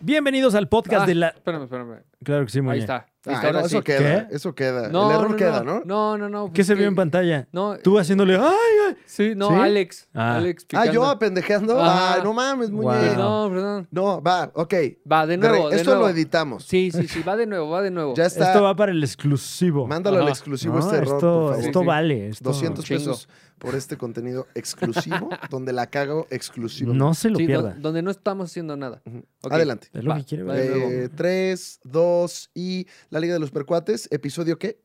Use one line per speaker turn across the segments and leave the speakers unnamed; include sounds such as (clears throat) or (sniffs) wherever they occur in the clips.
Bienvenidos al podcast
Ah,
de la.
Espérame, espérame.
Claro que sí, Muñe.
Ahí está.
Ah,
Listo, ahora
no, eso
sí.
queda,
¿Qué?
eso queda. el error queda, ¿no?
No, no, no.
¿Qué
pues
se
que-
vio en pantalla?
No,
Tú haciéndole. ¡Ay, ay!
sí, no,
¿Sí?
Alex.
Ah.
Alex
Ah,
picando.
yo pendejando.
Ajá.
Ah, no mames, muñe.
Wow.
Perdón, perdón.
No, va, ok.
Va, de nuevo,
Re-
de
Esto
nuevo.
lo editamos.
Sí, sí, sí, va de nuevo, va de nuevo.
Ya está.
Esto va para el exclusivo.
Mándalo al
Ajá.
exclusivo
No,
este error,
esto,
por favor.
esto
Sí, sí.
vale. esto-
200
Chingo.
pesos por este contenido
(laughs)
exclusivo, donde la cago exclusivo.
No se lo
Sí, do-
pierda.
donde no estamos haciendo nada. Ok,
Adelante.
Es lo
va,
que quiere
va
ver.
de nuevo.
Eh, Tres, dos y La Liga de los Percuates, episodio qué?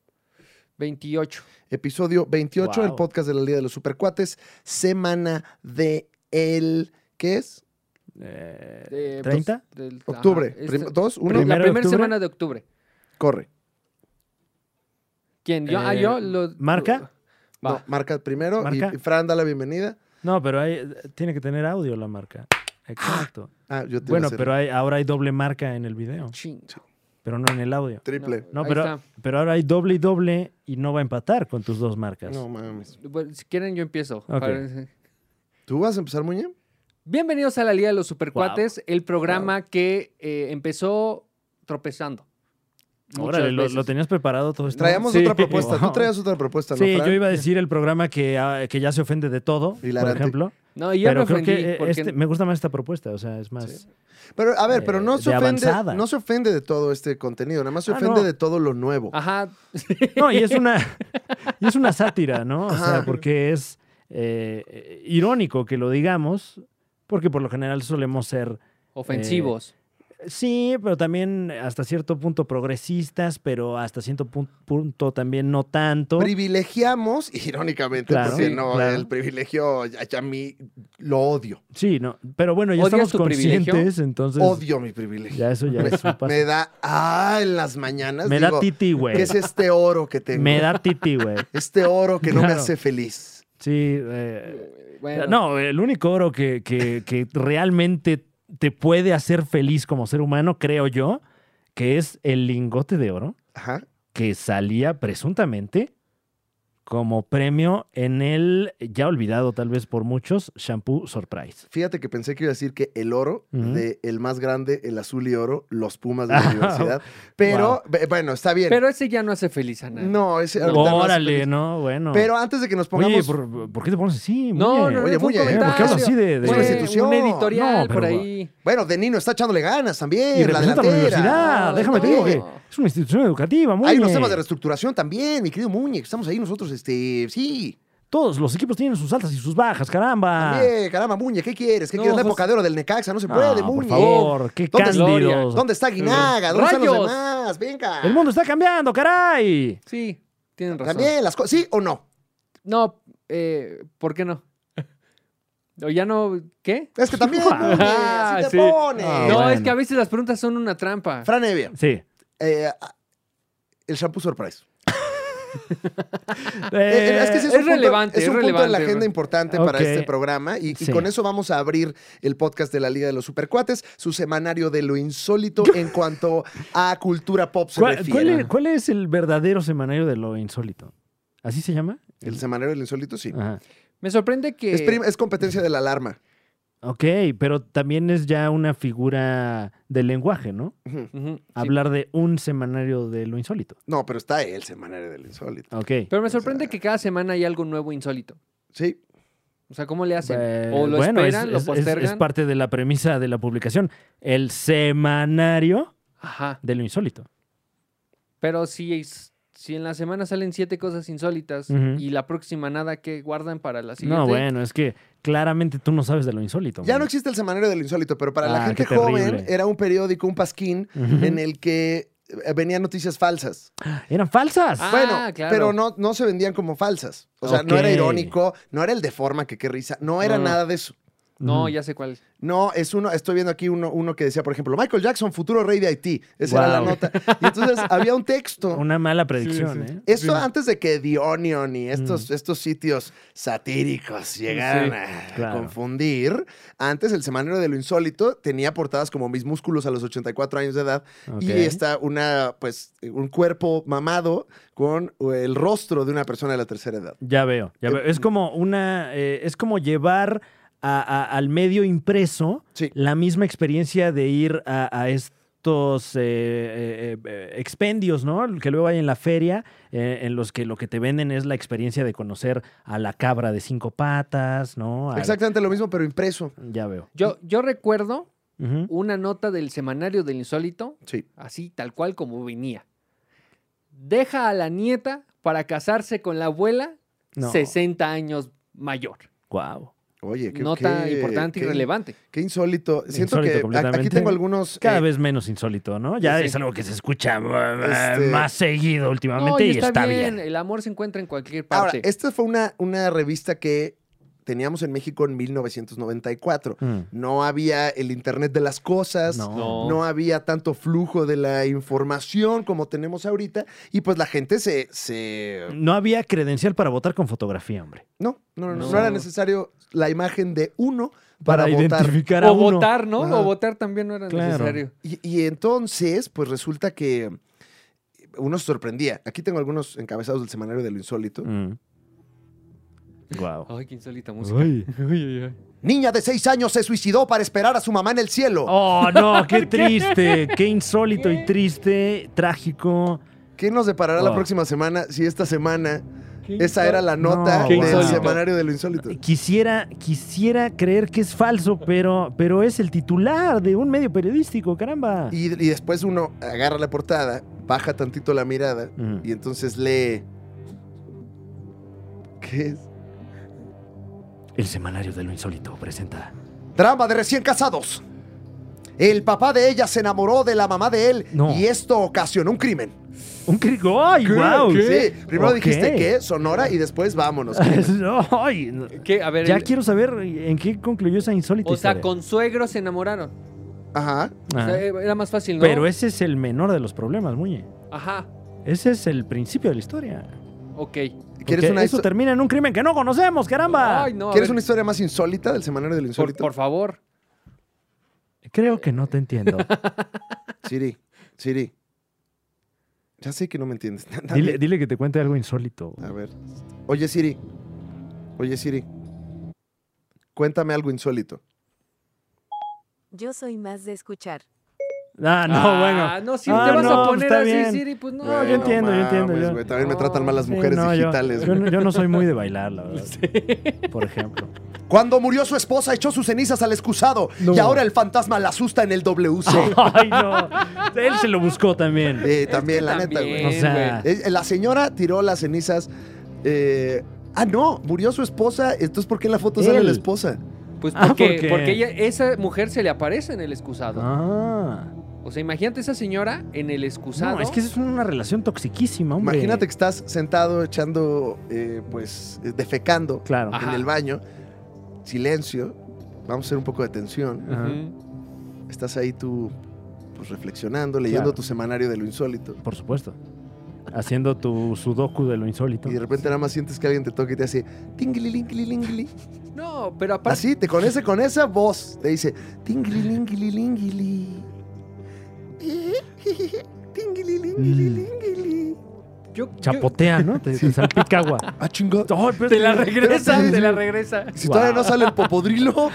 28.
Episodio 28,
Wow.
el podcast de la Liga de los Supercuates, semana de el... ¿Qué es?
Eh,
Eh, pues,
¿30?
del- ajá,
Octubre.
este-
Prim- ¿Dos? ¿Uno?
Primero
la
de
primera
octubre.
semana de octubre.
Corre.
¿Quién? Yo, ah,
Eh,
yo lo-
¿marca?
Va.
No, marca primero y-
Marca.
Y, Fran, da la bienvenida.
No, pero hay- tiene que tener audio la marca. Exacto.
Ah, yo te iba a
Bueno,
hacer
pero hay, ahora hay doble marca en el video,
Chinga.
pero no en el audio.
Triple.
No,
Ahí
pero,
está.
pero ahora hay doble y doble y no va a empatar con tus dos marcas.
No mames.
Bueno, si quieren, yo empiezo.
Ok.
Para-
¿Tú vas a empezar, Muñe?
Bienvenidos a la Liga de los Supercuates, el programa que eh, empezó tropezando.
Órale,
Muchas
lo,
veces.
lo tenías preparado todo esto.
Traíamos
Sí.
otra propuesta.
(laughs) Wow.
Tú traías otra propuesta, ¿no,
Pues Sí,
Fran?
yo iba a decir el programa que, ah, que ya se ofende de todo, por
Hilarante.
ejemplo.
No, y ya
Pero
me
creo
ofendí.
que eh,
porque-
este- me gusta más esta propuesta, o sea, es más...
Sí. Pero, a ver,
eh,
pero no se,
de
ofende,
avanzada.
no se ofende de todo este contenido, nada más se
Ah,
ofende
no. Ah,
de todo lo nuevo.
Ajá,
(laughs) No, y es una, y es una sátira, ¿no? O sea,
Ajá.
porque es eh, eh, irónico que lo digamos, porque por lo general solemos ser,
ofensivos.
eh, sí, pero también hasta cierto punto progresistas, pero hasta cierto pun- punto también no tanto.
Privilegiamos, (laughs) irónicamente,
Claro,
porque
sí,
no,
claro.
el privilegio ya, ya a mí lo odio.
Sí, no, pero bueno, ya
¿Odias
estamos
tu privilegio?
conscientes, entonces...
odio mi privilegio.
Ya eso ya es un paso.
(laughs) Me da, ah, en las mañanas.
Me
digo,
da titi, güey.
¿Qué es este oro
(laughs)
que tengo?
Me da titi, güey.
Este oro que no me
Claro.
hace feliz.
Sí, eh,
Bueno,
No, el único oro que, que- que realmente te puede hacer feliz como ser humano, creo yo, que es el lingote de oro
Ajá.
que salía presuntamente como premio en el, ya olvidado tal vez por muchos, Shampoo Surprise.
Fíjate que pensé que iba a decir que el oro
Ujú. Ah,
de el más grande, el azul y oro, los Pumas
(laughs)
de la universidad. Pero, be- bueno, está bien.
Pero ese ya no hace feliz a nadie.
no, ese ahorita no hace
Órale,
feliz.
no, bueno.
Pero antes de que nos pongamos.
Oye, ¿por, por qué te pones así?
no, no,
Muñe?
no,
Oye,
fue
muy
un
bien.
Eh, ¿Por qué
comentario.
hablas así de...? de-
Es una
Fue
institución.
un editorial
No, pero
por
va.
ahí.
Bueno, De Nino está echándole ganas también.
Y
la
representa a la
delantera.
universidad,
No,
Ah, déjame te
no.
digo que es una institución educativa, Muñe.
Hay unos temas de reestructuración también, mi querido Muñe. que Estamos ahí nosotros, este. Sí.
Todos los equipos tienen sus altas y sus bajas, caramba.
También, caramba, Muñe, ¿qué quieres? ¿Qué
No,
quieres? La
José-
época de oro del Necaxa, no se
Ah. No,
puede,
por
Muñe.
favor, qué
¿Dónde es
Gloria?
cándidos.
¿Dónde está Guinaga? ¿Dónde están
¡Rayos!
los demás? Venga.
El mundo está cambiando, caray.
Sí, tienen razón.
También las cosas. ¿Sí o no?
No, eh, ¿por
(laughs)
qué no? O ya no, ¿qué?
Es que también,
Ah,
Muñe, así te
sí.
pones.
Ah,
no,
bueno.
es que a veces las preguntas son una trampa.
Fran Evia,
Sí.
eh, el shampoo surprise.
Eh,
Eh, es que sí
es
un punto-
relevante,
es
es
un punto en la
relevante,
agenda
¿no?
importante para
Ok.
este programa y, y
Sí.
con eso vamos a abrir el podcast de la Liga de los Supercuates, su semanario de lo insólito en cuanto a cultura pop se
¿cuál,
refiere.
cuál es, cuál es el verdadero semanario de lo insólito? ¿Así se llama?
El semanario del insólito, sí.
Ajá.
Me sorprende que...
Es, prim- es competencia de la alarma.
Ok, pero también es ya una figura del lenguaje, ¿no?
Ujú.
Ujú, sí.
Hablar de un semanario de lo insólito.
No, pero está el semanario del insólito.
Ok.
Pero me
O sea-
sorprende que cada semana hay algo nuevo insólito.
Sí.
O sea, ¿cómo le hacen?
Eh,
o lo
bueno, es-
esperan,
es- es-
lo postergan.
Es, parte de la premisa de la publicación. El semanario
Ajá.
de lo insólito.
Pero si, es- si en la semana salen siete cosas insólitas
Ujú.
y la próxima nada, ¿qué guardan para la siguiente?
No, bueno, es que claramente tú no sabes de lo insólito.
Ya no
man.
existe el semanario del insólito, pero para la
Ah,
gente
qué terrible.
joven era un periódico, un pasquín,
Ujú.
en el que eh, venían noticias falsas.
Eran falsas.
Ah,
bueno,
claro.
pero no, no se vendían como falsas. O sea, no era
Ok.
irónico, no era el de forma, que qué risa, no era
No.
nada de eso.
No,
Ujú.
ya sé cuál.
No, es uno, estoy viendo aquí uno, uno que decía, por ejemplo, Michael Jackson, futuro rey de Haití. Esa era la
Wow.
nota. Y
(laughs)
entonces había un texto.
Una mala predicción,
sí. Mm.
¿eh?
Esto antes de que The Onion y estos, estos sitios satíricos llegaran
Sí,
a
claro.
confundir, antes el semanario de lo insólito tenía portadas como mis músculos a los 84 años de edad
¿eh? Ok.
y está una, pues, un cuerpo mamado con el rostro de una persona de la tercera edad.
Ya veo, ya veo. Es como una, eh, es como eh, llevar a- a- al medio impreso
Sí.
la misma experiencia de ir a, a estos eh, eh, eh, expendios, ¿no? Que luego hay en la feria, eh, en los que lo que te venden es la experiencia de conocer a la cabra de cinco patas, ¿no? Al-
Exactamente lo mismo, pero impreso.
Ya veo.
Yo, yo recuerdo
Ujú.
una nota del semanario del insólito,
Sí.
así tal cual como venía. Deja a la nieta para casarse con la abuela
No.
60 años mayor.
Guau.
Oye, qué
Nota
qué-
importante y
qué-
relevante.
Qué insólito. Siento
Insólito
que a- aquí
completamente.
tengo algunos.
Cada
eh,
vez menos insólito, ¿no? Ya
Sí.
es algo que se escucha eh,
Este-
más seguido
No,
últimamente
y
y está, bien.
El amor se encuentra en cualquier
Ahora,
parte.
esta fue una, una revista que teníamos en México en 1994.
Mm.
No había el Internet de las Cosas.
No.
No.
no había tanto flujo de la información como tenemos ahorita y pues la gente se... se...
No había credencial para votar con fotografía, hombre.
No, no, no, no,
No.
no era necesario la imagen de uno
Para,
para, votar.
identificar a
o
uno.
votar, ¿no?
Ajá.
O votar también no era
Claro.
necesario.
Y, y entonces, pues resulta que uno se sorprendía. Aquí tengo algunos encabezados del semanario de lo insólito.
Mm. Wow.
Ay, qué insólita Ah, música. Ay, ay, ay.
Niña de seis años se suicidó para esperar a su mamá en el cielo.
Oh,
(laughs)
no, qué triste, qué insólito y triste, trágico.
¿Qué nos deparará la
Wow.
próxima semana si esta semana
Qué
esa era la nota
No,
Qué
del
insólito.
semanario de lo insólito?
Quisiera, quisiera creer que es falso, pero, pero es el titular de un medio periodístico, caramba.
Y, y después uno agarra la portada, baja tantito la mirada
Mm.
y entonces lee. ¿Qué es?
El semanario de lo insólito presenta.
Drama de recién casados. El papá de ella se enamoró de la mamá de él
No.
y esto ocasionó un crimen.
Un crico. ¡Ay, wow!
Sí, primero
Ok.
dijiste que Sonora y
(laughs)
después vámonos.
Ay, (laughs) no.
¿Qué? A ver,
Ya
el-
quiero saber en qué concluyó esa insólita
o sea,
historia.
con suegros se enamoraron.
Ajá.
O sea,
Ajá.
era más fácil, ¿no?
Pero ese es el menor de los problemas, Muñe.
Ajá,
Ese es el principio de la historia.
ok.
¿Quieres,
Porque
una,
eso
histo-
termina en un crimen que no conocemos, caramba.
Ay, no, a
¿Quieres
ver,
una historia más insólita del semanario del
por,
insólito?
por favor.
Creo que no te
(laughs)
entiendo.
Siri, Siri. Ya sé que no me entiendes. (laughs) Dale.
dile, dile que te cuente algo insólito.
A ver. Oye, Siri. Oye, Siri. Cuéntame algo insólito.
Yo soy más de escuchar.
Ah, no,
Ah,
bueno.
No, si
Ah,
te vas
no,
a
pues,
poner
está
así,
bien.
Siri, pues no.
yo Bueno, entiendo, yo entiendo, yo-
güey, también me tratan mal las
Sí,
mujeres
no, yo-
digitales.
Yo,
güey.
no- yo no soy muy de bailar,
(laughs)
la verdad. Por ejemplo. (laughs)
Cuando murió su esposa, echó sus cenizas al excusado.
No. Ah.
Y ahora el fantasma la asusta en el WC.
Ay, no. Él se lo buscó también.
Eh, también, la neta,
también,
güey.
O sea,
güey.
Eh, La señora tiró las cenizas. eh, ah, no, murió su esposa. Entonces, ¿por qué en la foto sale
Él.
la esposa?
Pues
Ah,
porque,
porque-
porque ella, esa mujer se le aparece en el excusado.
Ah.
O sea, imagínate esa señora en el excusado.
No, es que esa es una relación toxiquísima, hombre.
Imagínate que estás sentado echando, eh, pues, eh, defecando
Claro.
Ajá.
en el baño. Silencio. Vamos a hacer un poco de tensión.
Ajá.
Ujú.
Estás ahí tú, pues, reflexionando, leyendo
Claro.
tu semanario de lo insólito.
Por supuesto. Haciendo tu sudoku de lo insólito.
Y de repente nada más sientes que alguien te toca y te hace tinglilingilingili.
No, pero aparte.
Así, te, con, ese, con esa voz te dice tinglilingilingili. Tinglilingilingili.
Yo, yo-
Chapotea, ¿no? Te, te salpica
(laughs)
agua.
Ah, chingón.
Ay, pero- (laughs)
te la regresa,
Sí, sí,
te la
sí.
regresa.
Si todavía no sale el popodrilo,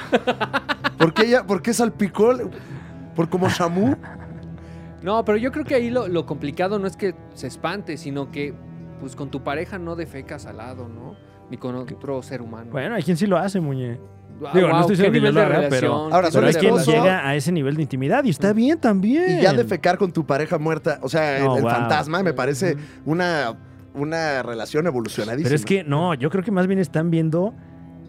¿por qué, ella, ¿por qué salpicó? ¿Por como Shamu?
No, pero yo creo que ahí lo, lo complicado no es que se espante, sino que pues con tu pareja no defecas al lado, ¿no? Ni con otro ser humano.
Bueno, hay quien sí lo hace, Muñe.
Ah,
digo, no
guau,
estoy diciendo
qué
que yo
nivel
lo
de
haga, pero-
relación,
Ahora,
qué
son
Pero hay
nivel de
quien
esposo-
relación.
llega a ese nivel de intimidad y está bien también.
Y ya defecar con tu pareja muerta, o sea,
No,
el, el
wow.
fantasma, me parece una, una relación evolucionadísima.
Pero es que no, yo creo que más bien están viendo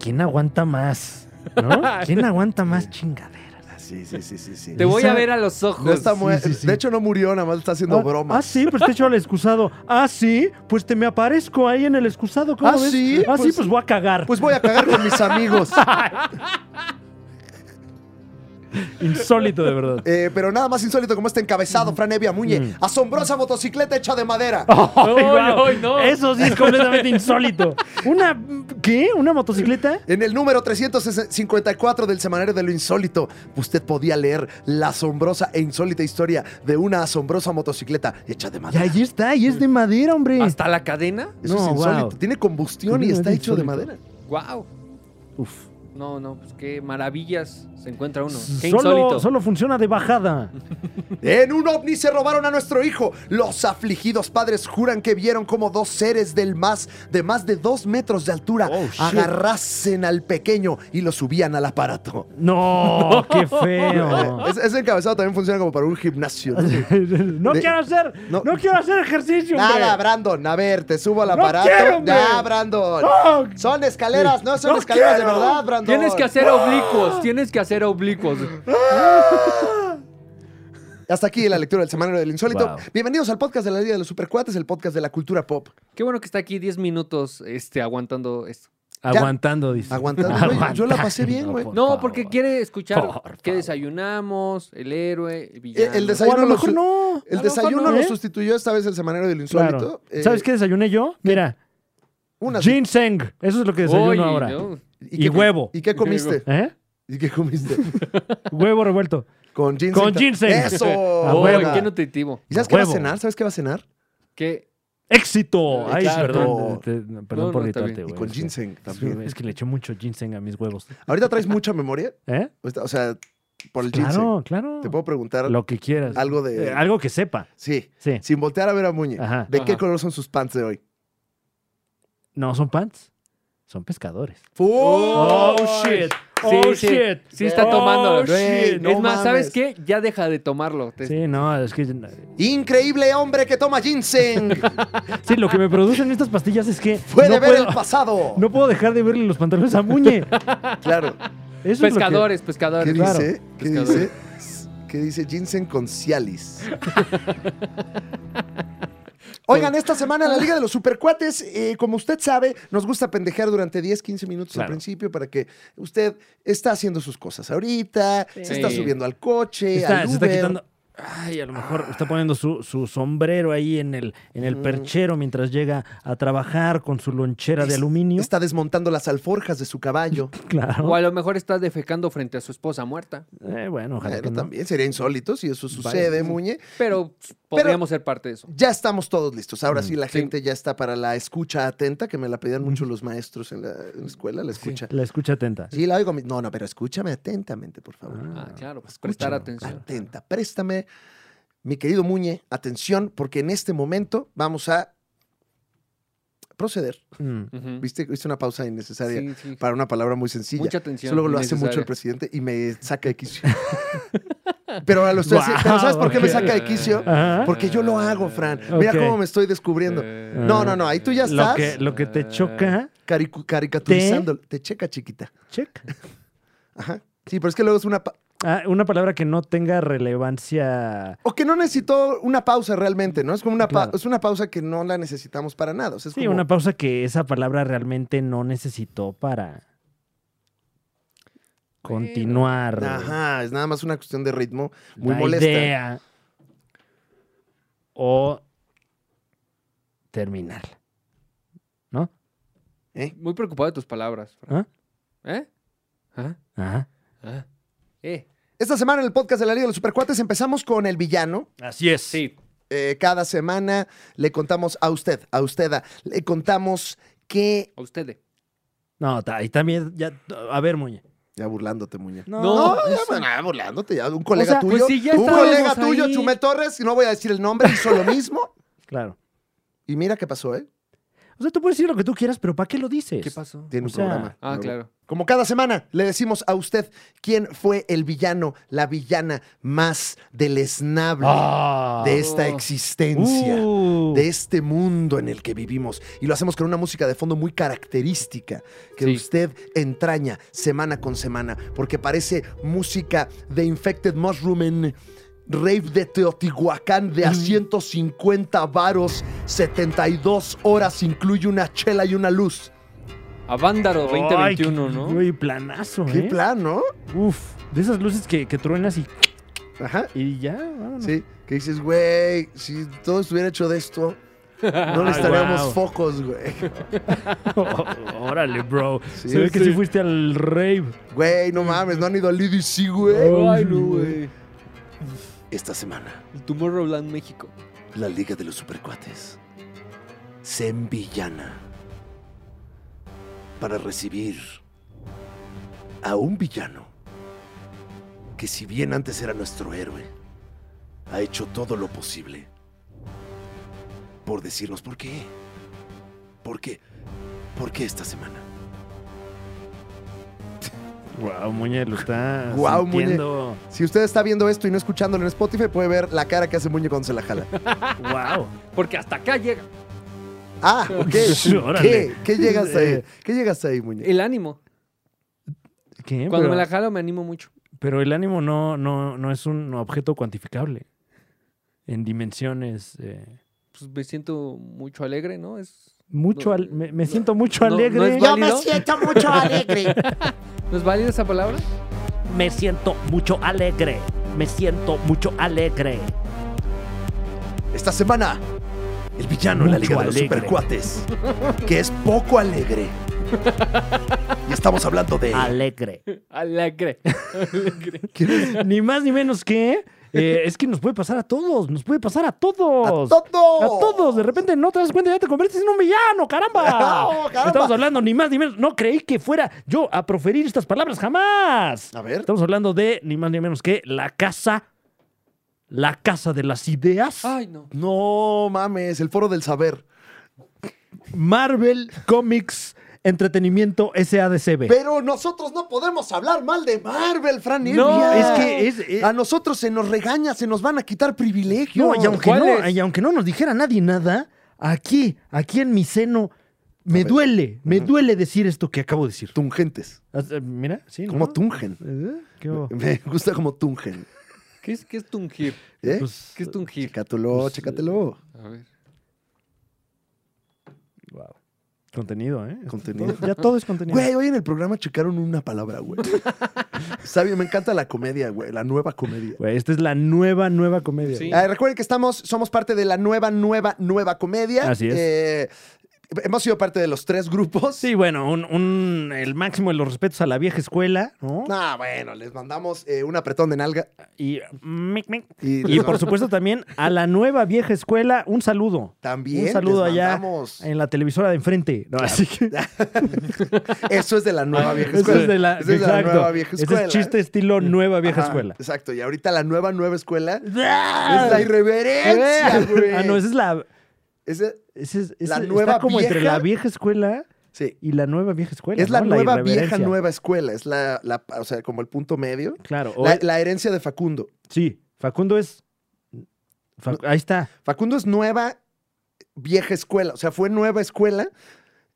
quién aguanta más,
(laughs)
¿no? ¿Quién aguanta más chingadera?
Ah, Sí, sí, sí, sí. sí.
Te voy a
Esa-
ver a los ojos.
No está mu-
sí, sí.
De hecho, no murió, nada más está haciendo
ah,
bromas.
ah, sí, pues te echo el excusado. Ah, sí, pues te me aparezco ahí en el excusado. ¿Cómo
Ah,
ves?
sí,
Ah, sí,
pues-
pues voy a cagar.
Pues voy a cagar con mis amigos.
Insólito, de verdad.
Eh, pero nada más insólito como este encabezado, Fran Evia Muñe.
Mm.
Asombrosa motocicleta hecha de madera.
(laughs) Ay,
Ay,
guau.
ay, no.
Eso sí es (laughs) completamente insólito. ¿Una qué? ¿Una motocicleta?
En el número 354 del Semanario de lo Insólito, usted podía leer la asombrosa e insólita historia de una asombrosa motocicleta hecha de
Y
madera.
ahí está, y es de madera, hombre.
¿Hasta la cadena?
Eso
No,
es insólito.
wow.
Tiene combustión y está
Completamente
hecho de
insólito.
madera.
¡Wow!
Uf.
No, no, pues qué maravillas se encuentra uno. Qué
Solo,
insólito.
solo funciona de bajada.
En un ovni se robaron a nuestro hijo. Los afligidos padres juran que vieron como dos seres del más de más de dos metros de altura
Oh, shit.
agarrasen al pequeño y lo subían al aparato.
(laughs) No, qué
(laughs)
feo.
Es- ese encabezado también funciona como para un gimnasio.
No
De-
quiero hacer, no.
no.
quiero hacer ejercicio, hombre.
Nada, Brandon. A ver, te subo al
No
aparato.
quiero, hombre.
Ya, Brandon.
No.
Son escaleras, no son
No
escaleras de
quiero.
verdad, Brandon.
Tienes que
¡Ah!
hacer oblicuos, tienes que hacer oblicuos.
Hasta aquí la lectura del semanario del insólito.
Wow.
Bienvenidos al podcast de la Liga de los Supercuates, el podcast de la cultura pop.
Qué bueno que está aquí 10 minutos este, aguantando esto.
Aguantando, dice.
Aguantando, güey. Yo la pasé bien,
Aguantando,
güey.
por
No,
favor.
porque quiere escuchar
Por
qué
favor.
desayunamos, el héroe, el
El,
villano.
el
O a
desayuno
lo
lo
mejor
su-
no.
El
A lo mejor
desayuno
no,
lo
¿eh?
sustituyó esta vez el semanario del
Claro.
insólito. Eh,
¿Sabes qué desayuné yo? Mira,
Una
ginseng. Eso es lo que desayuno
Oye,
ahora.
¿no?
y huevo.
¿Y qué comiste?
¿Eh?
¿Y
(laughs)
qué comiste?
Huevo revuelto.
Con ginseng.
Con ginseng.
¡Eso!
(laughs) A
Oy,
huevo.
qué nutritivo.
¿Y sabes qué va a
huevo.
cenar? ¿Sabes qué va a cenar?
Qué
¡Éxito! Ay,
Claro.
perdón. te- te- perdón
No,
por
no, está
gritarte,
bien.
güey.
Eh, Y con
Es que-
ginseng
es que-
también.
Es que le eché mucho ginseng a mis huevos.
¿Ahorita traes mucha memoria?
¿Eh?
O sea, por el ginseng.
Claro, claro.
Te puedo preguntar
Lo que quieras.
algo de...
Eh, algo que sepa.
Sí.
Sí.
Sin voltear a ver a Muñe.
Ajá.
¿De qué
Ajá.
color son sus pants de hoy?
No son pants. Son pescadores.
Oh, shit.
Oh,
sí,
shit.
Sí está
Oh,
tomándolo.
shit.
No
es más, ¿sabes
mames.
qué? Ya deja de tomarlo. Te-
Sí, no, es que.
Increíble hombre que toma
(laughs)
ginseng.
Sí, lo que me producen estas pastillas es que.
Puede
no
ver
puedo,
el pasado.
(laughs) No puedo dejar de verle los pantalones a Muñe.
(laughs) Claro.
Eso es lo que-
Pescadores,
¿Qué
pescadores.
Claro.
dice? ¿Qué
Pescador.
dice? ¿Qué dice Ginseng
(laughs)
con Cialis? Oigan, esta semana
(laughs)
en la Liga de los Supercuates, eh, como usted sabe, nos gusta pendejear durante 10, 15 minutos
Claro.
al principio para que usted está haciendo sus cosas ahorita, se está
Sí.
subiendo al coche,
Está-
al
se está
Uber.
quitando. Ay, a lo mejor está poniendo su, su sombrero ahí en el, en el
Mm.
perchero mientras llega a trabajar con su lonchera de
Es-
aluminio.
Está desmontando las alforjas de
(clears throat)
su caballo.
Claro.
O a lo mejor está defecando frente a su esposa muerta.
Eh, bueno, ojalá
Bueno,
que no.
también sería insólito si eso sucede, Muñe.
Pero pues, podríamos ser parte de eso.
Ya estamos todos listos. Ahora sí, la
Mm, Sí. Mm.
gente ya está para la escucha atenta, que me la pedían mucho los maestros en la, en la escuela, la escucha.
La escucha atenta.
Sí, la oigo. mi- No, no, pero escúchame atentamente, por favor.
Ah, claro, pues prestar
Escúchalo,
atención.
Atenta, préstame, mi querido Muñe, atención, porque en este momento vamos a proceder.
Mm.
Ujú.
¿Viste? Hice una pausa innecesaria
Sí, sí.
para una palabra muy sencilla.
Mucha atención.
Eso luego lo hace mucho
innecesaria.
el presidente y me saca de quicio. (laughs) pero ahora lo estoy haciendo. Pero
Guau,
¿Sabes por qué me
ok.
saca de quicio?
Ajá.
Porque yo lo hago, Fran. Mira
Ok.
cómo me estoy descubriendo.
Eh,
No, no,
no, ahí tú ya
Lo
estás.
que, lo que te choca.
Caricu- caricaturizando. Te checa, chiquita.
Check.
Ajá. Sí, pero es que luego es una, pa-
Ah, una palabra que no tenga relevancia.
O que no necesitó una pausa realmente, ¿no? Es como una, pa-
Claro.
es una pausa que no la necesitamos para nada. O sea, es
Sí,
como-
una pausa que esa palabra realmente no necesitó para continuar.
Ajá, es nada más una cuestión de ritmo muy
la
molesta.
idea o terminarla. ¿No?
Muy preocupado de tus palabras. Fran. ¿Eh? ¿Ah?
Ajá.
¿Ah? ¿Eh?
Esta semana en el podcast de la Liga de los Supercuates empezamos con el villano.
Así es.
Sí.
Eh, cada semana le contamos a usted, a usted, a- le contamos que...
A ustedes.
No, ta- y también, ya, a ver, Muñe.
Ya burlándote, muñe.
No, pues
No,
No,
ya,
eso-
bueno, ya burlándote, ya un
O
colega
sea,
tuyo.
pues si ya
un
estábamos
colega tuyo,
ahí.
Chumel Torres, y no voy a decir el nombre, hizo lo mismo.
Claro.
Y mira qué pasó, ¿eh?
O sea, tú puedes decir lo que tú quieras, pero ¿para qué lo dices?
¿Qué pasó?
Tiene
O
un
sea,
programa.
Ah,
nuevo.
claro.
Como cada semana, le decimos a usted quién fue el villano, la villana más deleznable
Ah.
de esta
Oh.
existencia,
Uh.
de este mundo en el que vivimos. Y lo hacemos con una música de fondo muy característica que
Sí.
usted entraña semana con semana, porque parece música de Infected Mushroom en Rave de Teotihuacán
Mm.
de a 150 varos, 72 horas, incluye una chela y una luz.
Avándaro 2021,
Ay,
¿no?
Güey, planazo,
Qué
¿eh?
plan, ¿no?
Uf, de esas luces que, que truenas y,
Ajá.
y ya, vámonos.
Sí, que dices, güey, si todo estuviera hecho de esto, no
(laughs) Ay,
necesitaríamos
guau.
focos, güey.
(laughs) Órale, bro.
Sí,
Se ve que
sí.
sí fuiste al rave.
Güey, no mames, no han ido al EDC, güey.
Ay, no, güey.
Esta semana,
El Tomorrowland México.
la Liga de los Supercuates se envillana para recibir a un villano que si bien antes era nuestro héroe, ha hecho todo lo posible por decirnos por qué. ¿Por qué? ¿Por qué esta semana?
Wow, Muñe, lo está
Guau, Muñe.
sintiendo.
Si usted está viendo esto y no escuchándolo en Spotify, puede ver la cara que hace Muñe cuando se la (laughs) jala.
Wow.
Porque hasta acá llega
Ah, ok. ¿Qué?
Órale.
¿Qué llegas ahí? ¿Qué llegas ahí, Muñe?
el ánimo.
¿Qué?
Cuando
Pero,
me la jalo me animo mucho.
pero el ánimo no, no, no es un objeto cuantificable en dimensiones. eh,
Pues me siento mucho alegre, ¿no? Es,
mucho
No,
al- me, me
no,
siento mucho
no, no
alegre.
es
Yo me
¿Válido?
siento
(laughs)
mucho alegre.
¿No es válida esa palabra?
Me siento mucho alegre. Me siento mucho alegre.
Esta semana, el villano de la Liga
Mucho
de los
alegre.
Supercuates, que es poco alegre. Y estamos hablando de...
Alegre.
Eh. (laughs) Alegre. Alegre.
(laughs) ni más ni menos que. eh, es que nos puede pasar a todos. Nos puede pasar a
¡A
todos.
todos!
A todos, de repente no te das cuenta, ya te conviertes en un villano, caramba.
(laughs) Oh,
No, caramba.
Estamos hablando ni más ni menos, no creí que fuera yo a proferir estas palabras jamás.
A ver.
Estamos hablando de ni más ni menos que la casa, la casa de las ideas,
Ay, no.
No mames, el foro del saber.
Marvel Comics Entretenimiento SADCB.
Pero nosotros no podemos hablar mal de Marvel, Fran Evia.
No, es que es- es-
a nosotros se nos regaña, se nos van a quitar privilegios.
Ah, No, y aunque
¿cuál
no,
es?
y aunque no nos dijera nadie nada, aquí, aquí en mi seno, me duele, me duele decir esto que acabo de decir.
Tungentes,
Ah, eh, Mira, sí,
como
¿no?
tungen.
Eh, ¿Qué hubo?
Me gusta como tungen.
¿Qué es, qué es tungir?
¿eh?
Pues,
¿Qué es tungir?
chécatelo, chécatelo.
A ver.
Wow. Contenido, ¿eh?
Contenido.
Todo- ya todo es contenido.
Güey, hoy en el programa checaron una palabra,
(laughs)
güey. Sabio, me encanta la comedia, güey, la nueva comedia.
Güey, esta es la nueva, nueva comedia.
Sí.
Ah,
Ah, recuerden que estamos, somos parte de la nueva, nueva, nueva comedia.
Así es.
Eh, hemos sido parte de los tres grupos.
Sí, bueno, un, un- el máximo de los respetos a la vieja escuela, ¿no?
Ah, bueno, les mandamos eh, un apretón de nalga.
Y, mic, mic.
Y,
Y
les
por
mandamos-
supuesto también a la nueva vieja escuela, un saludo.
También
Un saludo
les
allá
mandamos.
en la televisora de enfrente. No, así que-
Eso es de
(laughs)
la nueva vieja
Eso
escuela.
es de la,
Eso es de la
exacto.
nueva vieja
Este
escuela.
es chiste estilo nueva vieja
Ajá,
escuela.
Exacto. Y ahorita la nueva, nueva escuela es la irreverencia, güey.
Ah, no, esa es la.
Esa-
esa es-
La
esa-
nueva
está como entre
vieja.
la vieja escuela
sí.
y la nueva vieja escuela.
Es la
¿no?
nueva vieja,
irreverencia.
nueva escuela. Es la, la- o sea, como el punto medio.
Claro. o-
La, la herencia de Facundo.
Sí, Facundo es. Fa- Ahí está.
Facundo es nueva, vieja escuela. O sea, fue nueva escuela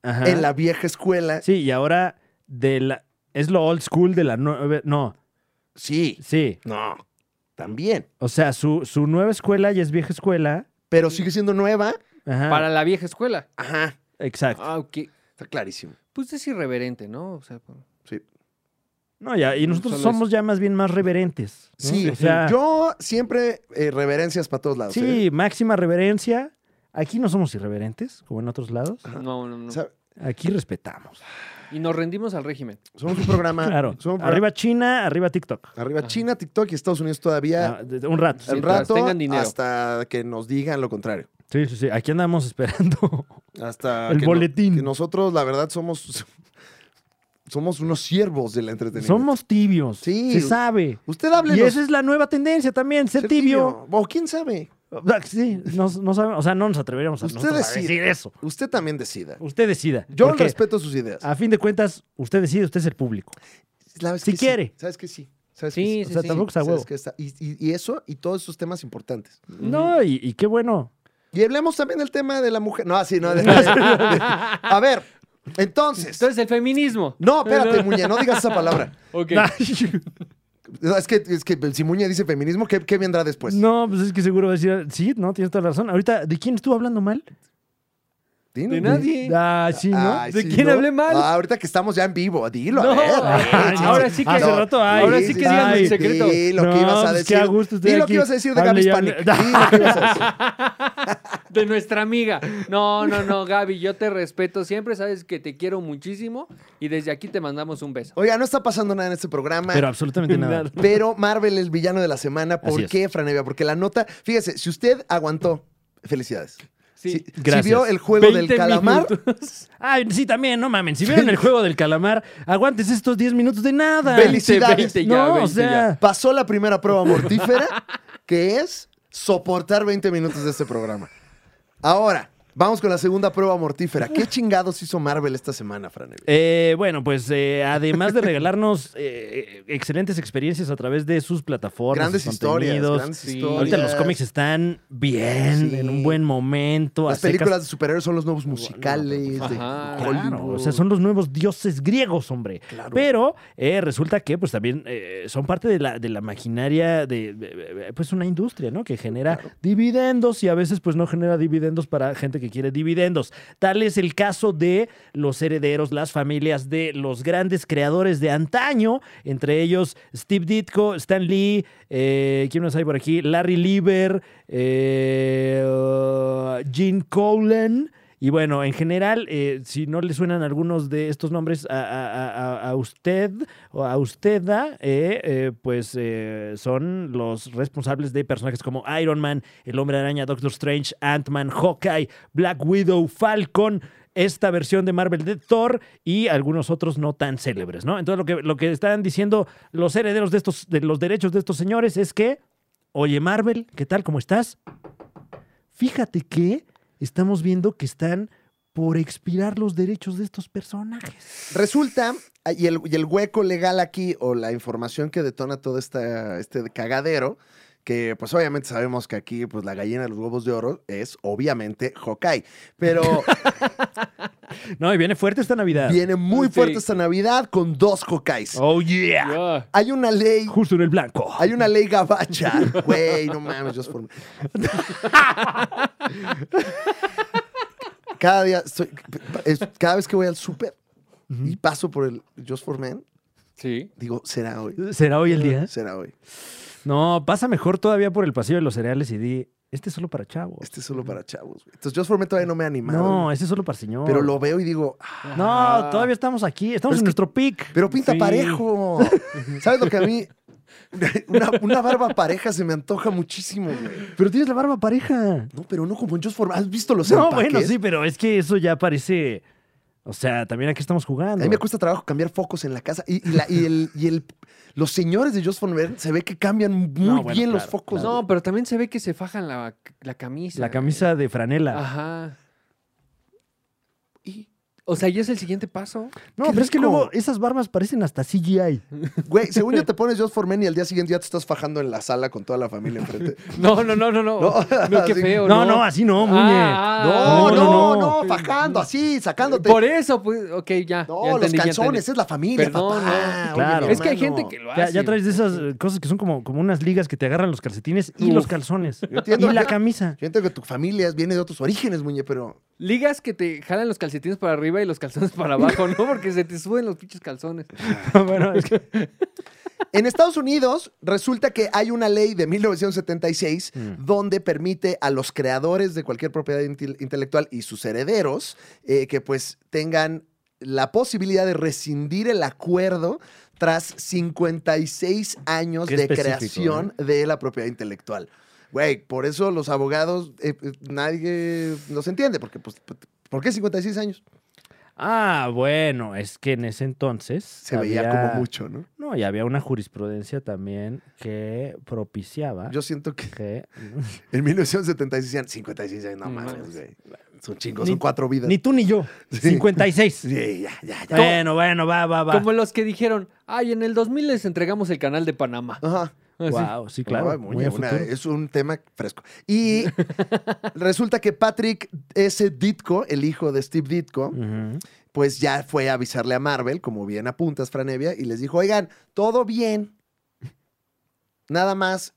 Ajá.
en la vieja escuela.
Sí, y ahora de la... es lo old school de la nueva. No,
Sí.
sí.
No. También.
O sea, su, su nueva escuela ya es vieja escuela.
Pero sigue siendo nueva.
Ajá.
Para la vieja escuela.
Ajá.
Exacto.
Ah, ok.
Está clarísimo.
Pues es irreverente, ¿no? O sea,
Sí.
No, ya, y nosotros
Solo
somos ya más bien más reverentes. ¿no?
Sí,
O sea,
yo siempre eh, reverencias para todos lados. ¿eh?
sí, máxima reverencia. Aquí no somos irreverentes, como en otros lados.
no, no, no.
O sea,
Aquí respetamos.
Y nos rendimos al régimen.
somos un programa.
Claro.
somos un programa-
Arriba China, arriba TikTok.
arriba
Ajá.
China, TikTok y Estados Unidos todavía.
Ah, de- de- un rato.
el
Sí,
mientras
rato
tengan dinero.
hasta que nos digan lo contrario.
sí, sí. Aquí andamos esperando.
Hasta
El
que
boletín.
no- que nosotros, la verdad, somos (laughs) somos unos siervos del entretenimiento.
somos tibios.
Sí.
Se sabe.
Usted hable
Y esa es la nueva tendencia también, ser, tibio.
O quién sabe.
Ah, Sí, no, no sabemos, o sea, no nos atreveríamos a,
Usted
nosotros a
decida.
decir eso.
Usted también decida.
Usted decida.
Yo
porque
respeto sus ideas.
a fin de cuentas, usted decide, usted es el público.
¿Sabes
si
que
quiere.
Sí? ¿Sabes que sí? ¿Sabes
Sí,
que
O sea, tampoco es a
¿Sabes
huevo.
que está- y- y- y eso y todos esos temas importantes.
No, y, y qué bueno.
Y hablemos también del tema de la mujer. No, así,
(laughs)
no. de- a ver, entonces.
Entonces, el feminismo.
No, espérate, Muñe, no digas esa palabra.
Ok.
(laughs)
No, Es que, es que si Muñe dice feminismo, ¿qué, qué vendrá después?
no, pues es que seguro va a decir, sí, no, tienes toda la razón. Ahorita, ¿de quién estuvo hablando mal?
De nadie.
Ah, sí, ¿no?
Ay,
¿De
sí,
quién
¿no?
hablé mal?
Ah, ahorita que estamos ya en vivo, dilo. a
No.
ver. Ah,
Ay, ahora sí que-
hace rato, ay,
ahora sí que digan el
ay,
secreto.
Di lo
No,
que ibas a
pues, qué
decir.
a gusto estoy
Di lo
aquí.
que ibas a decir de
Hable
Gaby
y
Panic.
hable.
Di lo
(laughs)
que ibas a decir.
De nuestra amiga. No, no, no, Gaby, yo te respeto siempre, sabes que te quiero muchísimo y desde aquí te mandamos un beso.
Oiga, no está pasando nada en este programa.
Pero
(laughs)
absolutamente nada.
Pero Marvel, el villano de la semana,
Así
¿por
es.
qué, Franevia? Porque la nota, fíjese, si usted aguantó, felicidades.
Sí.
Si, si
Gracias.
vio el juego del
20
calamar,
minutos.
Ay, sí, también, no mamen. Si vieron el juego del calamar, aguantes estos 10 minutos de nada.
Feliz- Felicidades.
20 Ah, ya,
No, o
20 ya.
sea,
pasó la primera prueba mortífera, que es soportar 20 minutos de este programa. Ahora, vamos con la segunda prueba mortífera. ¿Qué chingados hizo Marvel esta semana, Fran? Evia?
Eh, bueno, pues eh, además de regalarnos eh, excelentes experiencias a través de sus plataformas,
Grandes
sus
historias,
contenidos.
grandes
Sí.
historias.
Ahorita los cómics están bien,
Sí.
en un buen momento. a
Las
secas.
películas de superhéroes son los nuevos musicales de
Ajá,
pues, Claro,
Hollywood.
o sea, son los nuevos dioses griegos, hombre.
Claro.
Pero eh, resulta que pues también eh, son parte de la, de la maquinaria de, de- de- pues una industria, ¿no? Que genera dividendos y a veces pues no genera dividendos para gente que quiere dividendos. Tal es el caso de los herederos, las familias de los grandes creadores de antaño, entre ellos Steve Ditko, Stan Lee, eh, ¿quién más hay por aquí? Larry Lieber, eh, uh, Gene Colan. Y bueno, en general, eh, si no le suenan algunos de estos nombres a, a- a- a- a usted o a usteda, eh, eh, pues eh, son los responsables de personajes como Iron Man, El Hombre Araña, Doctor Strange, Ant-Man, Hawkeye, Black Widow, Falcon, esta versión de Marvel de Thor y algunos otros no tan célebres, ¿no? Entonces lo que, lo que están diciendo los herederos de estos, de los derechos de estos señores es que, oye Marvel, ¿qué tal? ¿Cómo estás? Fíjate que estamos viendo que están por expirar los derechos de estos personajes.
Resulta, y el, y el hueco legal aquí, o la información que detona todo esta, este cagadero, que pues obviamente sabemos que aquí pues la gallina de los huevos de oro es obviamente Hawkeye. Pero
No, y viene fuerte esta Navidad.
viene muy
Sí.
fuerte esta Navidad con dos Hawkeyes.
Oh, yeah.
Ya.
Hay una ley
Justo en el blanco.
Hay una ley
(laughs)
gabacha. Güey, no mames, yo por... Cada día estoy- es- cada vez que voy al súper y paso por el Just for Men,
Sí.
digo, será hoy.
¿Será hoy el día?
Será hoy.
No, pasa mejor todavía por el pasillo de los cereales y di, este es solo para chavos.
Este es solo para chavos. güey. Entonces, Just for Men todavía no me ha animado.
No, este es solo para señor.
pero lo veo y digo, ah,
No, todavía estamos aquí. Estamos
Pero es
en
que-
nuestro pick.
pero pinta
Sí. (laughs)
parejo. ¿Sabes lo que a mí? (laughs) Una, una barba pareja se me antoja muchísimo, güey.
Pero tienes la barba pareja.
No, pero no como en Just for Men. ¿Has visto
(laughs)
los
No,
empaques?
bueno, sí, pero es que eso ya parece... O sea, también aquí estamos jugando.
A mí me cuesta trabajo cambiar focos en la casa. Y, y la- y el, y el- los señores de Just von Ver se ve que cambian muy
No, bueno,
bien los
claro,
focos.
No, pero también se ve que se fajan la, la camisa.
La camisa de franela.
Ajá.
Y-
O sea, ¿y es el siguiente paso?
no,
qué
pero es que
rico.
luego esas barbas parecen hasta CGI.
Güey, según yo te pones Just for Men y al día siguiente ya te estás fajando en la sala con toda la familia enfrente.
No, no, no, no, no.
No,
No, qué
así-
feo,
No,
¿no?
no, así no, muñe.
Ah,
No,
No,
no,
no,
no, fajando así, sacándote.
Por eso, pues, ok, ya.
no,
ya
los
entendí, ya
calzones,
entendí.
es la familia,
Perdón,
papá.
no.
Claro.
mi
Es
que hay
hermano.
gente que lo
Ya,
hace.
ya traes de esas eh, cosas que son como, como unas ligas que te agarran los calcetines y
Uf.
los calzones.
(laughs) entiendo.
Y la
(laughs)
camisa.
Yo entiendo que tu familia viene de otros orígenes, muñe, pero
Ligas que te jalan los calcetines para arriba y los calzones para abajo, ¿no? Porque se te suben los pinches calzones.
Ah,
bueno, es que-
En Estados Unidos resulta que hay una ley de 1976
(laughs) Mm.
donde permite a los creadores de cualquier propiedad inte- intelectual y sus herederos eh, que pues tengan la posibilidad de rescindir el acuerdo tras 56 años
Qué
de
específico,
creación de la propiedad intelectual. Güey, por eso los abogados, eh, eh, nadie nos entiende, porque pues, ¿por qué 56 años?
Ah, bueno, es que en ese entonces.
Se veía
había-
como mucho, ¿no?
No, y había una jurisprudencia también que propiciaba.
Yo siento que (laughs)
que-
En 1976 eran 56 años, no
No
mames,
mames.
güey. Son chingos,
Ni-
son cuatro vidas.
Ni tú ni yo.
Sí.
56.
Sí, ya, ya, ya.
Bueno, bueno, va, (laughs) va, va.
Como los que dijeron, ay, en el 2000 les entregamos el canal
(laughs)
de Panamá.
Ajá.
Así.
Wow, sí, claro.
Ay,
muy
Ah, muñe,
a
una-
futuro.
es un tema fresco.
(laughs)
Y resulta que Patrick S. Ditko, el hijo de Steve Ditko,
Ujú.
pues ya fue a avisarle a Marvel, como bien apuntas, Franevia, y les dijo, oigan, todo bien. Nada más,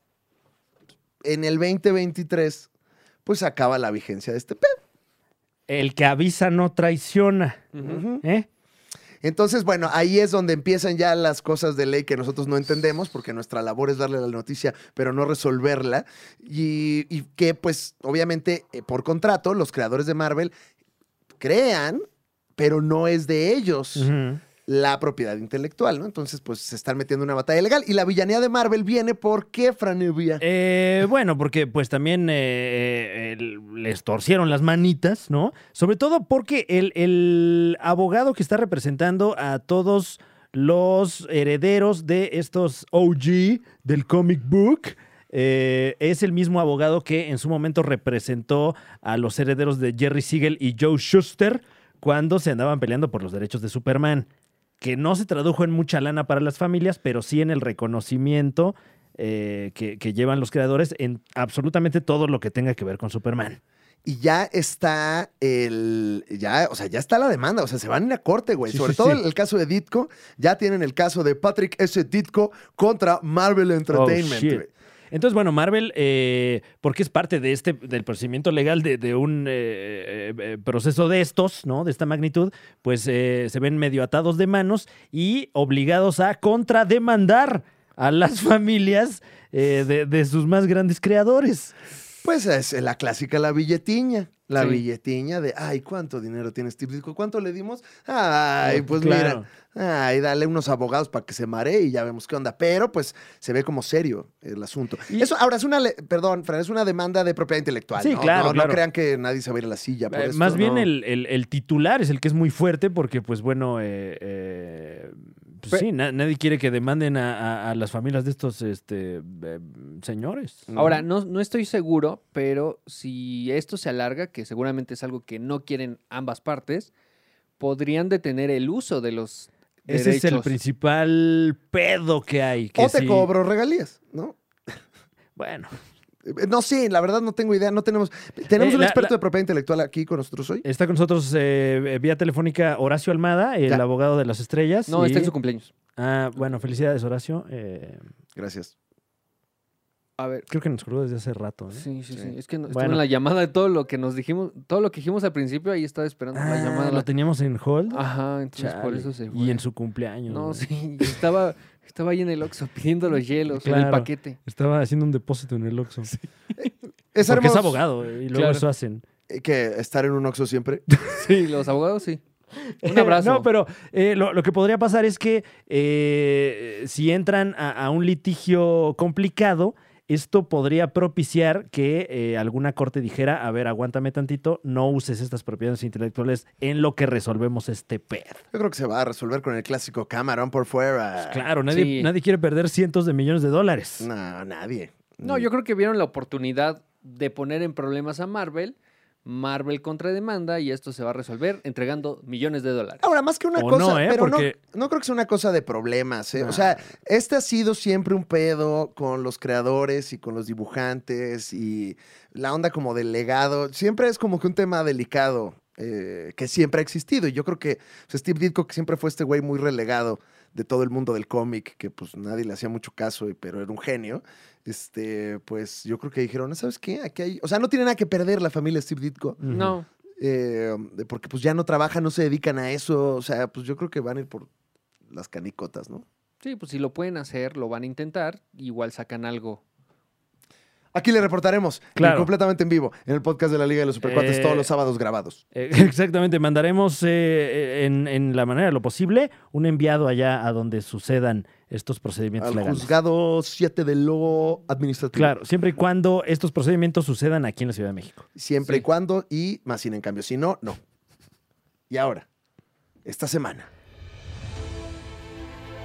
en el 2023, pues acaba la vigencia de este pedo.
El que avisa no traiciona.
Ujú.
Ujú.
¿eh?
Entonces, bueno, ahí es donde empiezan ya las cosas de ley que nosotros no entendemos, porque nuestra labor es darle la noticia, pero no resolverla. Y, y que, pues, obviamente, eh, por contrato, los creadores de Marvel crean, pero no es de ellos.
Ujú.
la propiedad intelectual, ¿no? Entonces, pues se están metiendo en una batalla legal. Y la villanía de Marvel viene porque Franevia.
Eh, bueno, porque pues también eh, el- les torcieron las manitas, ¿no? Sobre todo porque el, el abogado que está representando a todos los herederos de estos OG del comic book. eh, es el mismo abogado que en su momento representó a los herederos de Jerry Siegel y Joe Schuster cuando se andaban peleando por los derechos de Superman. Que no se tradujo en mucha lana para las familias, pero sí en el reconocimiento eh, que, que llevan los creadores en absolutamente todo lo que tenga que ver con Superman.
Y ya está el. Ya, o sea, ya está la demanda. O sea, se van a ir a corte, güey.
Sí,
Sobre
sí,
todo
sí.
el, el caso de Ditko. Ya tienen el caso de Patrick S. Ditko contra Marvel Entertainment.
Oh, shit.
güey.
Entonces, bueno, Marvel, eh, porque es parte de este, del procedimiento legal de, de un eh, eh, eh, proceso de estos, ¿no? De esta magnitud, pues eh, se ven medio atados de manos y obligados a contrademandar a las (laughs) familias eh, de, de sus más grandes creadores.
Pues es la clásica, la billetiña. La
Sí.
billetiña de, ay, ¿cuánto dinero tiene Steve Ditko? ¿Cuánto le dimos? Ay, pues
Ah, Claro.
mira. Ay, dale unos abogados para que se maree y ya vemos qué onda. Pero pues se ve como serio el asunto.
Y-
Eso, ahora es una, le- perdón, Fran, es una demanda de propiedad intelectual.
Sí,
¿no?
claro,
No, no
claro.
crean que nadie se va a ir a la silla. Por
Eh,
esto,
Más
¿no?
bien el, el- el titular es el que es muy fuerte porque, pues bueno, eh, eh, pues,
Pe-
sí, na- nadie quiere que demanden a, a- a las familias de estos este, eh, señores.
Mm.
Ahora, no, no estoy seguro, pero si esto se alarga, que seguramente es algo que no quieren ambas partes, podrían detener el uso de los
Ese es el
derechos.
principal pedo que hay. que
o te
sí-
cobro regalías, ¿no?
Bueno,
Eh, No sé, la verdad no tengo idea, no tenemos... Tenemos
Eh,
un
la-
experto
la-
de propiedad intelectual aquí con nosotros hoy.
está con nosotros eh, vía telefónica Horacio Almada, el
Ya.
abogado de las estrellas.
No,
y-
está en su cumpleaños.
Ah, bueno, felicidades, Horacio. Eh,
Gracias.
A ver.
creo que nos curó desde hace rato. ¿eh?
Sí, sí, sí.
Sí.
Es que no, estuvo
Bueno.
en la llamada de todo lo que nos dijimos, todo lo que dijimos al principio, ahí estaba esperando
Ah,
la llamada.
lo teníamos en hold.
Ajá, entonces por
Chale.
eso se fue.
y en su cumpleaños.
No,
güey.
sí, y estaba, estaba ahí en el Oxxo pidiendo los hielos en
Claro.
el paquete.
Estaba haciendo un depósito en el Oxxo.
Es
Porque es
hermoso,
abogado eh, y luego
Claro.
eso (laughs) hacen.
eh, Que estar en un Oxxo siempre.
Sí, (laughs) los abogados sí. Un abrazo.
no, pero eh, lo, lo que podría pasar es que eh, si entran a, a un litigio complicado, esto podría propiciar que eh, alguna corte dijera, a ver, aguántame tantito, no uses estas propiedades intelectuales en lo que resolvemos este pedo.
Yo creo que se va a resolver con el clásico camarón por fuera.
Pues Claro, nadie,
Sí.
nadie quiere perder cientos de millones de dólares.
No, nadie.
Mm.
No, yo creo que vieron la oportunidad de poner en problemas a Marvel. Marvel contrademanda y esto se va a resolver entregando millones de dólares.
Ahora, más que una
O
cosa,
no, ¿eh?
pero no-
Porque-
no, creo que sea una cosa de problemas. ¿eh?
Nah.
O sea, este ha sido siempre un pedo con los creadores y con los dibujantes y la onda como del legado. Siempre es como que un tema delicado eh, que siempre ha existido. Y yo creo que o sea, Steve Ditko, que siempre fue este güey muy relegado de todo el mundo del cómic, que pues nadie le hacía mucho caso, y- pero era un genio. Este, pues yo creo que dijeron, ¿sabes qué? Aquí hay. O sea, no tiene nada que perder la familia Steve Ditko.
Ujú.
No,
Eh, de- porque pues ya no trabajan, no se dedican a eso. O sea, pues yo creo que van a ir por las canicotas, ¿no?
sí, pues si lo pueden hacer, lo van a intentar, igual sacan algo.
Aquí le reportaremos en
Claro.
completamente en vivo en el podcast de la Liga de los Supercuates
Eh,
todos los sábados grabados.
Eh, (laughs) Exactamente, mandaremos eh, en, en la manera de lo posible un enviado allá a donde sucedan estos procedimientos
Al
legales.
juzgado 7 de lo administrativo.
Claro, siempre y cuando estos procedimientos sucedan aquí en la Ciudad de México.
Siempre y
Sí.
cuando y más sin en cambio. Si no, no. Y ahora, esta semana.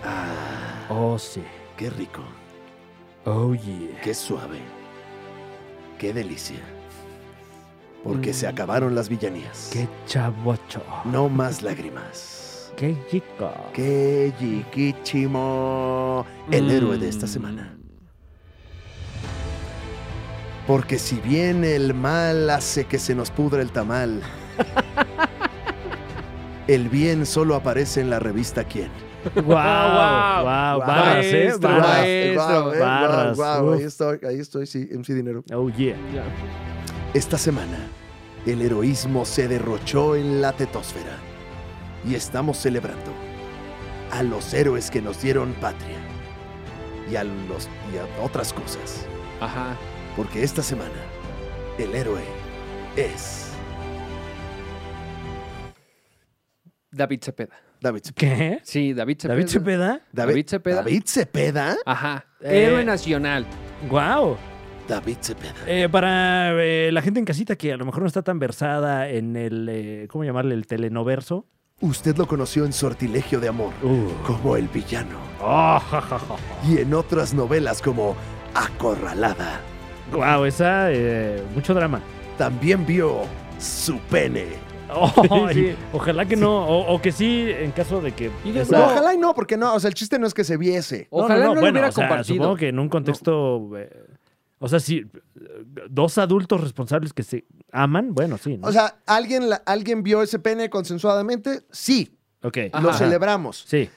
Ah,
Oh, sí.
qué rico,
Oh, yeah.
qué suave, qué delicia. Porque se
Mm.
acabaron las villanías.
Qué chavocho.
No más lágrimas.
Qué chico. (laughs)
Que Yikichimo, el héroe de esta
Mm.
semana. Porque si bien el mal hace que se nos pudra el
(laughs)
tamal, el bien solo aparece en la revista Quién.
Wow, wow,
Guau.
Barras, ¿eh?
Maestro,
Barras.
maestro.
Guau, eh, guau,
Barras,
guau,
uf.
ahí estoy, ahí estoy, sí, MC Dinero.
Oh, yeah.
Ya.
Esta semana, el heroísmo se derrochó en la tetosfera y estamos celebrando a los héroes que nos dieron patria y a, los, y a otras cosas,
Ajá.
porque esta semana el héroe es...
David Cepeda.
David Cepeda.
¿Qué?
Sí, David Cepeda.
¿David Cepeda?
David Cepeda.
David Cepeda.
Ajá.
Eh,
Héroe nacional.
¡Guau!
David Cepeda.
Eh, para eh, la gente en casita que a lo mejor no está tan versada en el, eh, ¿cómo llamarle? El telenoverso.
Usted lo conoció en Sortilegio de Amor
Uh.
como el villano
Oh, ja, ja, ja.
y en otras novelas como Acorralada.
Guau, esa, eh, mucho drama.
También vio su pene.
(laughs) Ay,
sí.
Ojalá que no, o, o que sí, en caso de que...
Y yo-
esa-
No.
ojalá y no, porque no, o sea, el chiste no es que se viese.
No, no,
Ojalá no,
no,
lo
bueno,
hubiera
o sea,
compartido.
Supongo que en un contexto... eh, o sea, si eh, dos adultos responsables que se aman, bueno, sí. ¿no?
O sea, ¿alguien, la- ¿alguien vio ese pene consensuadamente? Sí,
Ok.
Ajá.
lo celebramos.
Sí.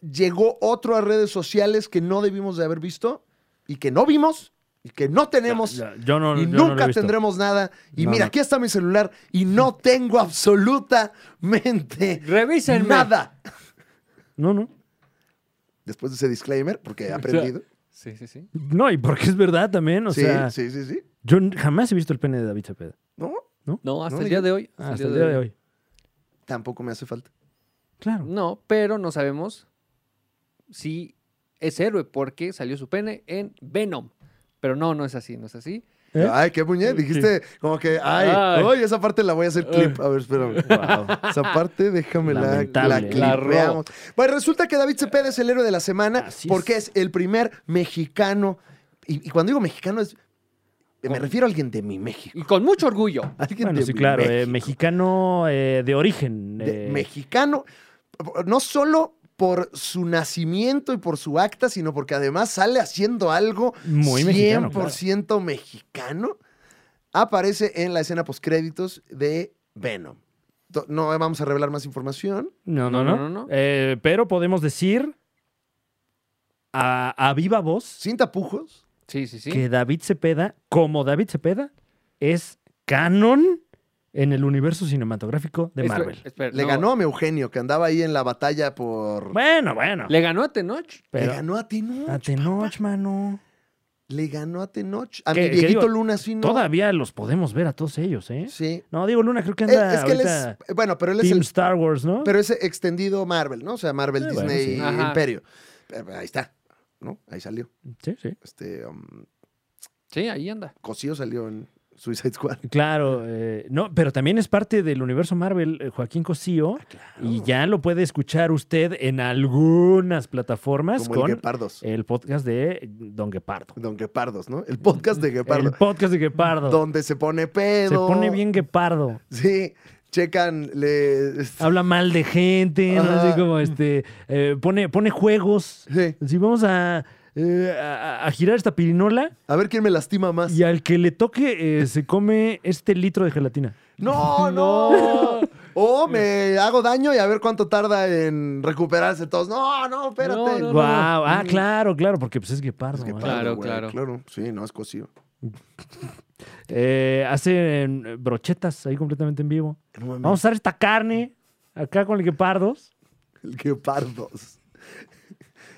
Llegó otro a redes sociales que no debimos de haber visto y que no vimos y que no tenemos
Ya, ya, yo no,
y
yo no lo he
nunca
visto.
tendremos nada. Y
No,
mira,
no.
aquí está mi celular y no tengo absolutamente
Revísenme.
nada.
No, no.
Después de ese disclaimer, porque he aprendido.
Sí, sí, sí.
No, y porque es verdad también, o
sí,
sea,
sí, sí, sí.
yo n- jamás he visto el pene de David Cepeda.
No,
No, hasta
No,
el
yo-
día de hoy.
Ah,
Hasta el día de hoy.
tampoco me hace falta.
Claro.
No, pero no sabemos si es héroe porque salió su pene en Venom. Pero no, no es así, no es así.
¿Eh?
Ay, qué muñe, dijiste como que, ay,
Ay.
ay, esa parte la voy a hacer clip. A
(laughs)
ver, espérame.
Wow.
Esa parte déjame la, la
Lamentable.
La
clipeamos. Pues resulta que David Cepeda es el héroe de la semana
Así
porque es. el primer mexicano. Y, y cuando digo mexicano es. Me refiero a alguien de mi México.
Y con mucho orgullo.
Alguien
Bueno,
de
sí,
mi
claro, eh,
México.
mexicano eh, de origen.
de-
eh,
mexicano, no solo por su nacimiento y por su acta, sino porque además sale haciendo algo
Muy
100%
mexicano,
mexicano,
claro.
Aparece en la escena postcréditos de Venom. To- No vamos a revelar más información.
No, no, no.
no, no, no.
Eh, pero podemos decir a, a viva voz
Sin tapujos.
Sí, sí, sí.
que David Cepeda, como David Cepeda, es canon en el universo cinematográfico de
Espera,
Marvel.
espera,
Le
no.
ganó a mi Eugenio, que andaba ahí en la batalla por.
Bueno, bueno.
Le ganó a Tenoch.
pero Ah,
le ganó a Tenoch.
a Tenoch, mano.
Le ganó a Tenoch. A
Que-
mi
que
viejito
digo,
Luna, sí, no.
Todavía los podemos ver a todos ellos, ¿eh?
Sí.
No, digo, Luna creo que
Es,
anda
es que él
ahorita
es. Bueno, pero él es
Team
el
Star Wars, ¿no?
Pero es extendido Marvel, ¿no? O sea, Marvel,
Eh, bueno,
Disney,
sí.
Ajá.
Imperio. Pero, pero ahí está, ¿no? Ahí salió.
Sí, sí.
Este, um,
Sí, ahí anda.
Cosío salió en Suicide Squad.
Claro, eh, no, pero también es parte del universo Marvel, eh, Joaquín Cosío, y ya lo puede escuchar usted en algunas plataformas
Como el
con
Guepardos.
el podcast de Don Guepardo.
Don Guepardos, ¿no? El podcast de
El
Guepardo.
podcast de Guepardo.
Donde se pone pedo.
Se pone bien Guepardo.
Sí. Checan, le... este,
Habla mal de gente, ¿no?
Ajá.
así como este, eh, pone, pone juegos.
sí.
Si vamos a, eh, a- a girar esta pirinola
A ver quién me lastima más.
y al que le toque eh, se come este litro de gelatina. (laughs)
No, no. o me hago daño y a ver cuánto tarda en recuperarse todos. No, no, espérate.
No, no,
Wow, ah, claro, claro, porque pues es Guepardo.
Es que
man.
Guepardo. Claro,
güey,
claro.
Claro, sí, no, es cosío.
Eh, hacen eh, brochetas ahí completamente en vivo.
No mames.
Vamos a usar esta carne acá con el guepardos.
El guepardos.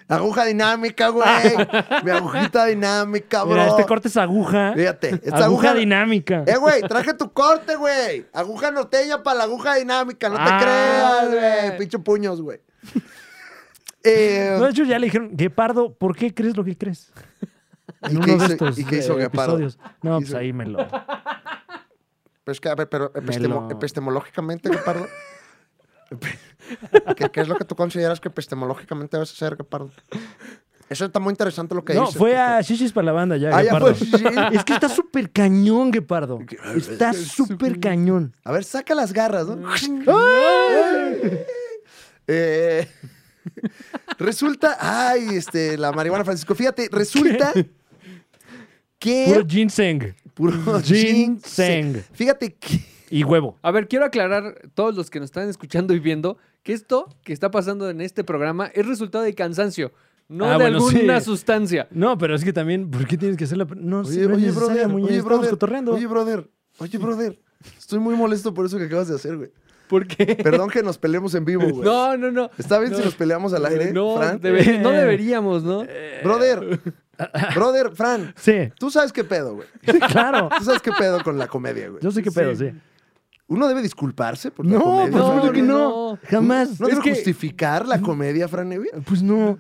Aguja dinámica, güey. Mi agujita dinámica, Ah, bro.
Mira, este corte es aguja.
Fíjate, esta
aguja,
aguja.
dinámica.
Eh, güey, traje tu corte, güey. Aguja norteña para la aguja dinámica. No te
Ah,
creas,
güey.
güey. Pincho puños, güey. (laughs) Eh,
No, de hecho, ya le dijeron, Guepardo, ¿por qué crees lo que crees?
¿y,
En
qué
uno de
hizo,
estos
¿Y qué hizo
eh,
Guepardo?
episodios. No,
¿Qué
pues
hizo?
ahí me lo.
Pero es que, a ver, pero epistemo-
lo- (laughs)
epistemológicamente, Guepardo. ¿Qué, qué es lo que tú consideras que epistemológicamente debes hacer, Guepardo? Eso está muy interesante lo que
No,
dices,
fue
porque-
a Shishis para la banda ya.
Ah, ya
Guepardo.
fue Shishis.
(laughs) Es que está súper cañón, Guepardo. Está súper cañón.
A ver, saca las garras, ¿no?
Mm.
(laughs) Eh, (laughs) resulta, ay, este, la marihuana Francisco, fíjate, resulta
Puro
que
ginseng
puro
ginseng.
ginseng. Fíjate que
y huevo.
A ver, quiero aclarar todos los que nos están escuchando y viendo que esto que está pasando en este programa es resultado de cansancio, no
Ah,
de
bueno, sí.
alguna sustancia.
No, pero es que también, ¿por qué tienes que hacer la.? No, sí,
Oye,
no es
oye,
necesaria,
brother,
Muñe,
oye,
estamos
brother,
cotorreando.
oye, brother, oye, brother. Estoy muy molesto por eso que acabas de hacer, güey.
¿Por qué?
Perdón que nos peleemos en
(laughs)
vivo, güey.
No, no, no.
¿Está bien
No.
si nos peleamos al aire,
No,
Fran?
Eh,
debe- no deberíamos, ¿no?
Brother, brother, Fran,
Sí, (laughs)
tú sabes qué pedo, güey.
sí, claro.
Tú sabes qué pedo con la comedia, güey.
Yo sé qué pedo, sí.
Uno debe disculparse por la
No,
comedia.
pues,
Fran
claro que
Evia?
no. Jamás.
¿No
Es
debe
que-
justificar la comedia, Franevia?
Pues no.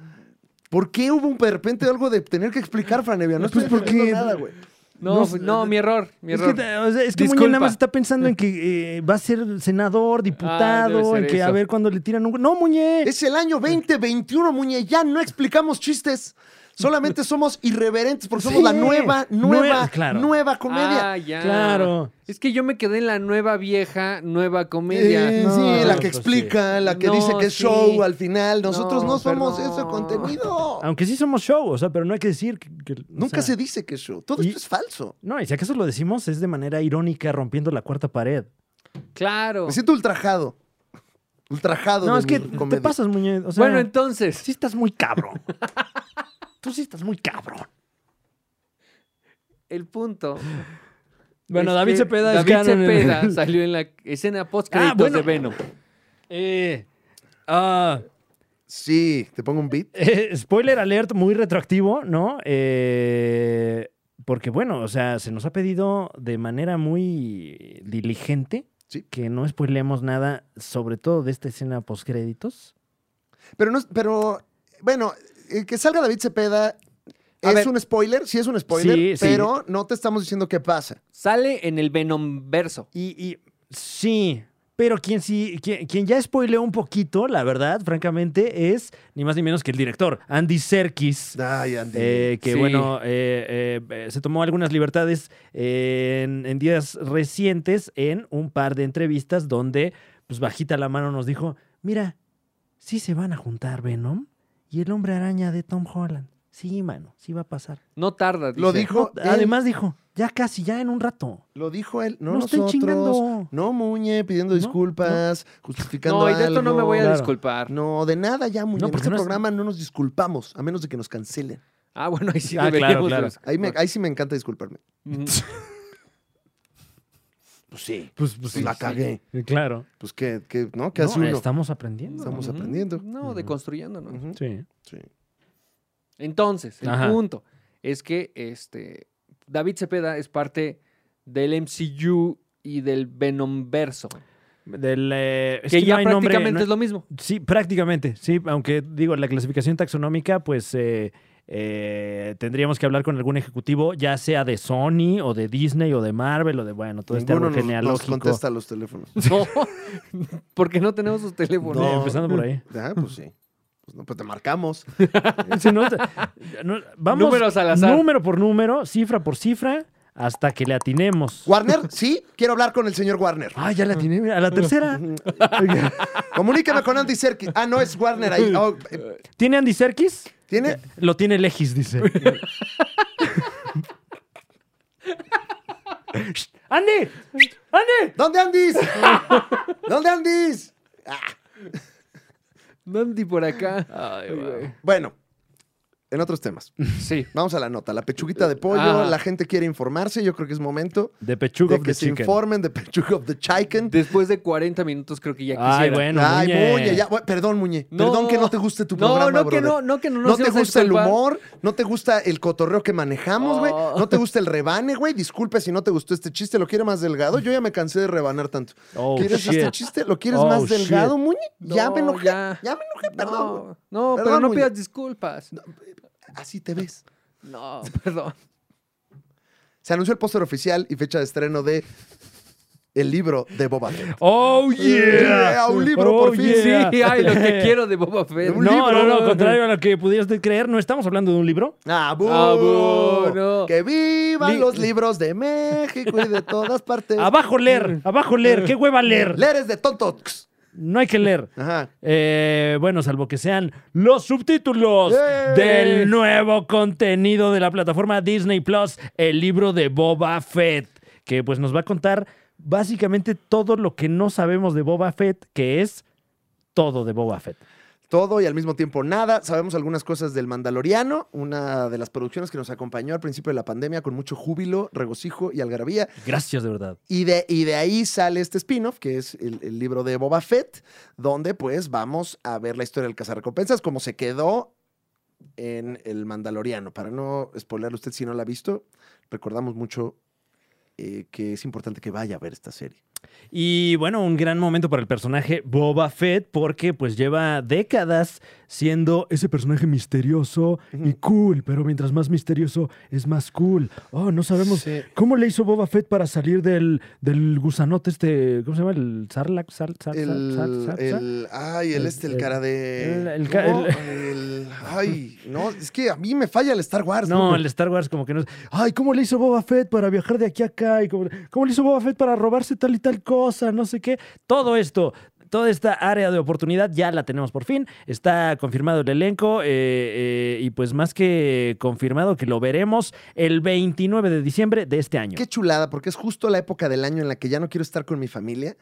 ¿Por qué hubo un de repente algo de tener que explicar, Franevia? No estoy
Pues porque-
entendiendo nada, güey.
No,
No,
pues, no, mi error, mi
Es
error.
que, te- o sea, es que Muñe
Disculpa.
nada más está pensando en que eh, va a ser senador, diputado,
ser
en que a
eso.
ver cuándo le tiran un... No, Muñe.
Es el año 2021, Muñe. Ya no explicamos chistes. Solamente somos irreverentes porque somos
Sí.
la nueva, nueva,
Nue- claro.
nueva comedia.
Ah, ya.
Claro.
Es que yo me quedé en la nueva vieja, nueva comedia.
Eh,
No,
sí, la
pues
que explica, la que
No,
dice que es
sí.
show al final. Nosotros no,
No,
somos
perdón.
ese contenido.
Aunque sí somos show, o sea, pero no hay que decir que... que- o
Nunca
Ah, sea,
se dice que es show. Todo
y-
esto es falso.
No, y si acaso lo decimos es de manera irónica, rompiendo la cuarta pared.
Claro.
Me siento ultrajado. Ultrajado.
No,
de
es que
mi
te
comedia.
pasas, Muñe. O sea,
bueno, entonces.
sí estás muy cabrón. Tú sí estás muy cabrón.
El punto.
Bueno,
es
David
que
Cepeda es
David
canon en el-
Cepeda (laughs) salió en la escena post
Ah, bueno.
de Venom.
Eh, ah,
Sí, te pongo un beat.
eh, spoiler alert muy retroactivo, ¿no? Eh, porque bueno, o sea, se nos ha pedido de manera muy diligente
Sí.
que no spoileemos nada, sobre todo de esta escena postcréditos.
Pero no, es- pero bueno, eh, que salga David Cepeda
A
es
ver.
un spoiler, sí es un spoiler,
Sí, sí.
pero no te estamos diciendo qué pasa.
Sale en el Venom verso.
Y, y sí, pero quien sí, quien, quien ya spoileó un poquito, la verdad, francamente, es ni más ni menos que el director, Andy Serkis.
Ay, Andy.
Eh, que
Sí.
bueno, eh, eh, eh, se tomó algunas libertades eh, en, en días recientes en un par de entrevistas donde, pues bajita la mano nos dijo, mira, sí se van a juntar Venom y el hombre araña de Tom Holland. Sí, mano, sí va a pasar.
No tarda.
Lo
dice.
dijo
No,
él.
además dijo, ya casi, ya en un rato.
lo dijo él, no
No estén
nosotros.
chingando.
No Muñe pidiendo
No,
disculpas, justificando
No, y de esto no
algo.
me voy a
Claro.
disculpar.
No, de nada ya, Muñe.
No,
en
porque
este
no es-
programa no nos disculpamos, a menos de que nos cancelen.
Ah, bueno, ahí sí
Ah,
deberíamos
claro,
de-
Ahí, me- ahí sí me encanta disculparme. (laughs)
Ujú.
Pues sí,
Pues, pues
la cagué.
Claro.
Pues qué, qué ¿no? ¿Qué
No,
hace uno?
Estamos aprendiendo.
Estamos
Ujú.
aprendiendo.
No, deconstruyéndonos.
Ujú,
Sí.
sí.
Entonces, el
Ajá.
punto es que este David Cepeda es parte del MCU y del Venomverso,
Del, eh, es
que
no
ya
hay nombre,
prácticamente
no-
es lo
(laughs)
mismo.
Sí, prácticamente, sí, aunque digo, la clasificación taxonómica, pues eh, eh, tendríamos que hablar con algún ejecutivo, ya sea de Sony o de Disney o de Marvel o de, bueno, todo este
Ninguno
árbol
nos- nos,
genealógico.
contesta los teléfonos.
No, (laughs) porque no tenemos sus teléfonos.
No. empezando por
(laughs)
ahí. (laughs)
Ah, pues sí. Pues, no, pues te marcamos.
Si no, te- no, vamos
Números al azar.
número por número, cifra por cifra, hasta que le atinemos.
Warner, sí, quiero hablar con el señor
(laughs)
Warner.
Ah, ya le atiné, mira, a la
(laughs)
tercera.
Comuníqueme con Andy Serkis. Ah, no, es Warner ahí. Oh, eh,
¿Tiene Andy Serkis?
¿Tiene?
Lo tiene Legis,
(laughs)
dice. (laughs) ¡Andy! ¡Andy!
¿Dónde Andis? ¿Dónde Andis?
Nandi por acá. güey.
Bueno, en otros temas.
Sí.
Vamos a la nota. La pechuguita de pollo.
Ah.
La gente quiere informarse. Yo creo que es momento
De pechuga
de
of
que
the
se
chicken.
informen de pechuga of the chicken.
Después de 40 minutos creo que ya quisiera.
Ay, bueno,
Ay,
Muñe.
Muñe, ya, bueno, perdón, Muñe.
No.
Perdón que no te guste tu
No,
programa,
no que
brother.
no, no que no nos
No te
ibas a
gusta el
disculpar.
humor, no te gusta el cotorreo que manejamos, güey.
Oh.
No te gusta el rebane, güey. Disculpe si no te gustó este chiste, lo quiere más delgado. Yo ya me cansé de rebanar tanto.
Oh,
¿Quieres
shit.
este chiste? ¿Lo quieres
Oh,
más
shit.
delgado, Muñe? ya
No,
me enojé, ya.
ya.
me enojé, perdón. güey.
No, no,
Perdón,
pero no
Muñe.
pidas disculpas.
Así te ves.
No, (laughs) perdón.
Se anunció el póster oficial y fecha de estreno de el libro de Boba Fett.
Oh, yeah. Oh,
Yeah, un libro, por fin.
yeah.
Sí, (laughs) ay,
(laughs)
lo que quiero de Boba Fett.
Un
No, no,
libro.
no, contrario a lo que pudiera usted creer, no estamos hablando de un libro.
¡Ah, bu!
Ah, bu, no.
¡Que vivan
Li-
los libros de México y de
(laughs)
todas partes!
Abajo leer, abajo leer, qué hueva leer.
¡Leer es de tontos!
No hay que leer.
Ajá.
Eh, bueno, salvo que sean los subtítulos
¡Eh!
del nuevo contenido de la plataforma Disney Plus, el libro de Boba Fett, que pues nos va a contar básicamente todo lo que no sabemos de Boba Fett, que es todo de Boba Fett.
todo y al mismo tiempo nada. Sabemos algunas cosas del Mandaloriano, una de las producciones que nos acompañó al principio de la pandemia con mucho júbilo, regocijo y algarabía.
Gracias de verdad.
Y de, y de ahí sale este spin-off, que es el, el libro de Boba Fett, donde pues vamos a ver la historia del cazarrecompensas, como se quedó en el Mandaloriano. Para no spoilerle a usted si no la ha visto, recordamos mucho eh, que es importante que vaya a ver esta serie.
Y bueno, un gran momento para el personaje Boba Fett porque pues lleva décadas siendo ese personaje misterioso y cool, pero mientras más misterioso es más cool. Oh, no sabemos
Sí.
cómo le hizo Boba Fett para salir del, del gusanote este, ¿cómo se llama? El Sarlacc, Sar, Sar- Sar- Sar-
El,
Sar- Sar-
el, ay, el este, el
El-
cara
el-
de.
el ca-
No, el- ay, no, es que a mí me falla el Star Wars.
No, el Star Wars como que no es. Ay, ¿cómo le hizo Boba Fett para viajar de aquí a acá? ¿Y cómo, cómo le hizo Boba Fett para robarse tal y tal cosa? No sé qué. Todo esto. Toda esta área de oportunidad ya la tenemos por fin. Está confirmado el elenco eh, eh, y pues más que confirmado que lo veremos el 29 de diciembre de este año.
Qué chulada, porque es justo la época del año en la que ya no quiero estar con
(laughs)
mi familia.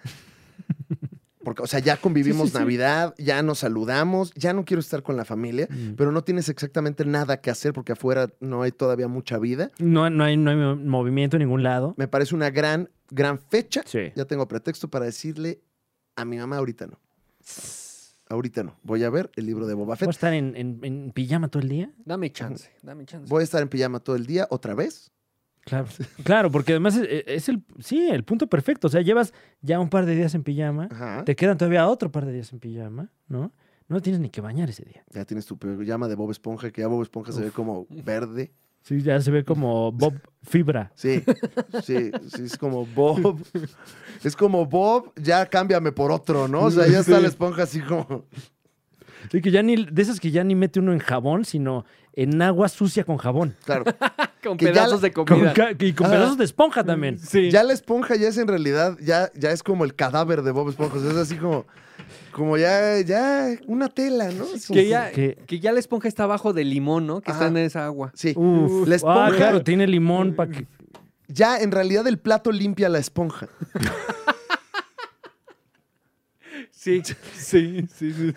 Porque, o sea, ya convivimos Navidad, ya nos saludamos, ya no quiero estar con la familia,
Mm.
pero no tienes exactamente nada que hacer porque afuera no hay todavía mucha vida.
No, no, hay, no hay movimiento en ningún lado.
Me parece una gran, gran fecha.
Sí.
Ya tengo pretexto para decirle a mi mamá ahorita no. Ahorita no. Voy a ver el libro de Boba
¿Voy a
Fett.
estar en, en- en pijama todo el día?
Dame chance, dame chance.
Voy a estar en pijama todo el día otra vez.
Claro, claro porque además es, es el, sí, el punto perfecto. O sea, llevas ya un par de días en pijama.
Ajá.
Te quedan todavía otro par de días en pijama, ¿no? No tienes ni que bañar ese día.
Ya tienes tu pijama de Bob Esponja, que ya Bob Esponja se
(laughs)
ve como verde.
Sí, ya se ve como Bob Fibra.
Sí, sí, sí, es
(laughs)
como Bob. Es como Bob, ya cámbiame por otro, ¿no? O sea, ya está la esponja así como.
Sí, que ya ni, de esas que ya ni mete uno en jabón, sino en agua sucia con jabón.
Claro.
Con
que ya
pedazos
la-
de
Con
comida.
ca- y con
Ah.
pedazos de esponja también.
Sí.
Ya la esponja ya es en realidad, ya, ya es como el cadáver de Bob Esponja. O sea, es así como, como ya, ya, una tela, ¿no? Es
que,
como-
ya,
que-
que ya la esponja está abajo del limón, ¿no? Que
Ajá.
está en esa agua.
Sí.
Uf.
La
Ah,
esponja-
claro, tiene limón para que.
Ya en realidad el plato limpia la esponja.
(laughs) Sí, sí, sí. sí.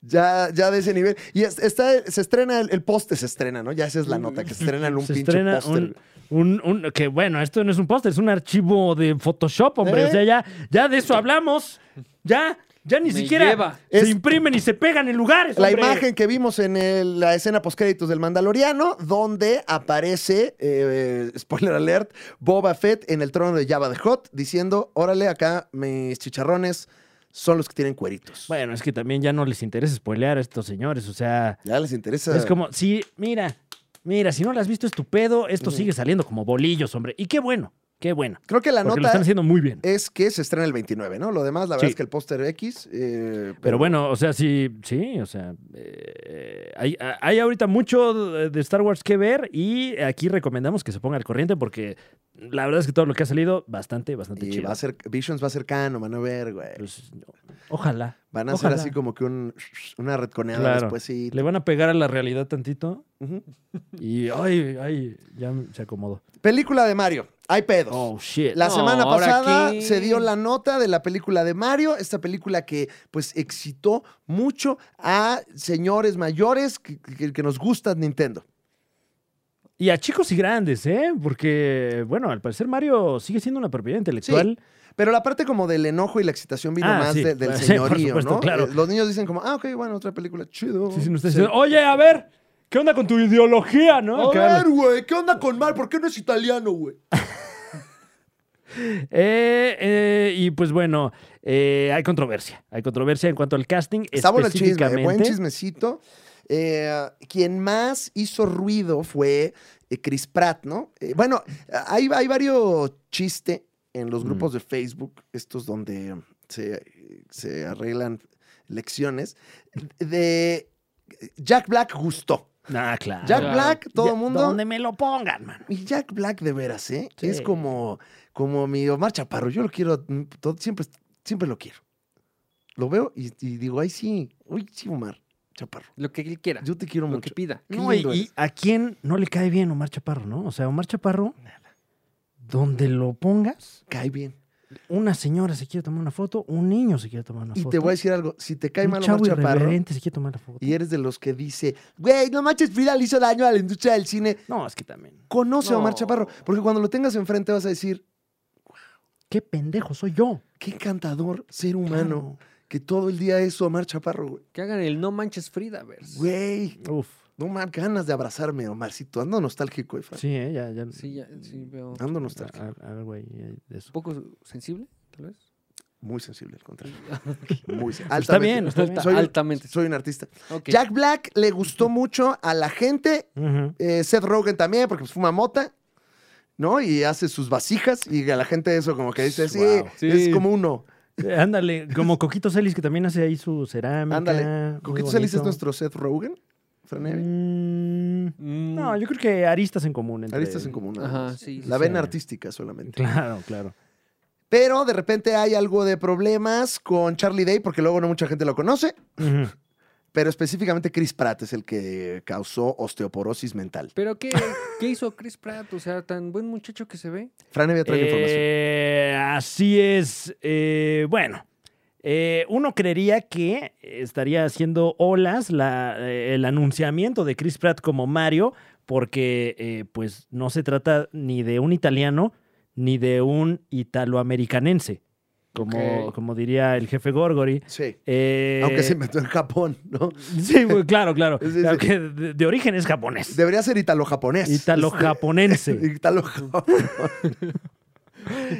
Ya, ya de ese nivel. Y es- está, se estrena el, el póster, se estrena, ¿no? Ya esa es la nota, que se estrena en un
(laughs) Se
pinche
estrena
póster.
un, un- un- Que bueno, esto no es un póster, es un archivo de Photoshop, hombre.
¿Eh?
O sea, ya, ya de eso hablamos. Ya, ya ni
Me
siquiera
lleva.
se
Es-
imprimen y se pegan en lugares.
La
hombre.
imagen que vimos en el- la escena postcréditos del Mandaloriano, donde aparece, eh, eh, spoiler alert, Boba Fett en el trono de Jabba the Hutt, diciendo, órale, acá mis chicharrones son los que tienen cueritos.
Bueno, es que también ya no les interesa spoilear a estos señores, o sea,
Ya les interesa.
es como, sí, mira, mira, si no las has visto es tu pedo, esto sigue saliendo como bolillos, hombre. Y qué bueno, qué bueno.
Creo que la
Porque lo están
nota
haciendo muy bien.
es que se estrena el 29, ¿no? Lo demás, la verdad
Sí.
es que el póster X... eh,
Pero bueno, o sea, sí, sí, o sea, eh, hay, a- hay ahorita mucho de de Star Wars que ver y aquí recomendamos que se ponga al corriente porque la verdad es que todo lo que ha salido, bastante, bastante
Y
chido.
va a ser, Visions va a ser canon, van a ver, güey.
Pues, no, ojalá.
Van a
Ojalá.
hacer así como que un, (sniffs) una retconeada
Claro.
después sí.
Le van a pegar a la realidad tantito
Ujú.
y, ay, ay, ya se acomodó.
Película de Mario. Hay pedos.
Oh, shit.
La
No,
semana
¿ahora
pasada
qué?
se dio la nota de la película de Mario, esta película que pues excitó mucho a señores mayores que, que- que nos gustan Nintendo.
Y a chicos y grandes, ¿eh? Porque, bueno, al parecer Mario sigue siendo una propiedad intelectual.
Pero la parte como del enojo y la excitación vino
Ah,
más
sí.
de- del
(laughs) Sí, por
señorío,
supuesto,
¿no?
claro.
Eh, Los niños dicen como, ah, ok, bueno, otra película, chido.
Sí, sí, no está diciendo, Oye, a ver, ¿qué onda con tu ideología, no?
A
Acá
ver, güey, ¿qué onda con Mario? ¿Por qué no es italiano, güey?
lo- Eh, eh, y pues bueno, eh, hay controversia. Hay controversia en cuanto al casting.
Está bueno el chisme, ¿eh?
específicamente.
buen chismecito. Eh, quien más hizo ruido fue eh, Chris Pratt, ¿no? Eh, bueno, hay, hay varios chistes en
Mm.
los grupos de Facebook, estos donde se, se arreglan lecciones, de Jack Black gustó.
Ah, claro.
Jack
Claro.
Black, todo
Ya-
el mundo.
Donde me lo pongan, man.
Y Jack Black de veras, ¿eh?
Sí.
Es como, como mi Omar Chaparro. Yo lo quiero, mm, todo- siempre, siempre lo quiero. Lo veo y, y digo, ay, sí, uy, sí, Omar Chaparro.
Lo que él quiera.
Yo te quiero
lo
mucho.
que pida.
Qué
No, y,
lindo
y
eres.
a quién no le cae bien Omar Chaparro, ¿no? O sea, Omar Chaparro, donde lo pongas,
Cae bien.
una señora se quiere tomar una foto, un niño se quiere tomar una
Y
foto.
te voy a decir algo. Si te cae
un
mal Omar
chavo
Chaparro
irreverente se quiere tomar la foto.
y eres de los que dice, güey, no manches, Frida le hizo daño a la industria del cine,
No, es que también.
conoce a Omar
No.
Chaparro. Porque cuando lo tengas enfrente vas a decir,
Qué pendejo soy yo.
qué encantador ser humano
Mano.
que todo el día es Omar Chaparro, güey.
Que hagan el no manches Frida, verse.
Güey,
Uf.
no más ganas de abrazarme, Omarcito. Ando nostálgico, Efra.
Sí, eh, ya, ya.
Sí, ya, sí, veo.
Ando
A-
nostálgico.
a- Algo ahí eh, de eso.
¿Un poco sensible? tal vez?
Muy sensible, al contrario. Muy sen-
Está
altamente.
bien, está bien.
Soy un-
Altamente.
Soy un artista.
Ok.
Jack Black le gustó mucho a la gente.
Ujú.
eh, Seth Rogen también, porque pues, fuma mota. ¿No? Y hace sus vasijas. Y a la gente eso como que dice, sí,
Wow.
es
Sí.
como uno.
Eh, Ándale, como Coquito Celis, que también hace ahí su cerámica.
Ándale.
muy
Coquito Celis es
bonito.
nuestro Seth Rogen. Franeri.
Mm,
Mm.
no, yo creo que aristas en común. entre-
Aristas en común. nada
Ajá,
más.
sí, sí,
La vena
sí.
artística solamente.
Claro,
(laughs)
claro.
Pero de repente hay algo de problemas con Charlie Day, porque luego no mucha gente lo conoce.
Ujú.
Pero específicamente Chris Pratt es el que causó osteoporosis mental.
¿Pero qué, qué hizo Chris Pratt? O sea, tan buen muchacho que se ve.
Fran había traído información.
Eh, así es. Eh, bueno, eh, uno creería que estaría haciendo olas la- eh, el anunciamiento de Chris Pratt como Mario, porque eh, pues no se trata ni de un italiano ni de un italoamericanense, como,
Ok.
como diría el jefe Gorgori.
Sí.
Eh,
Aunque se inventó en Japón, ¿no?
(laughs) Sí, güey, claro, claro.
Sí, este sí.
Aunque de, de origen es japonés.
Debería ser italo-japonés. (laughs) Este,
Italo-japonense.
Italo-japonés.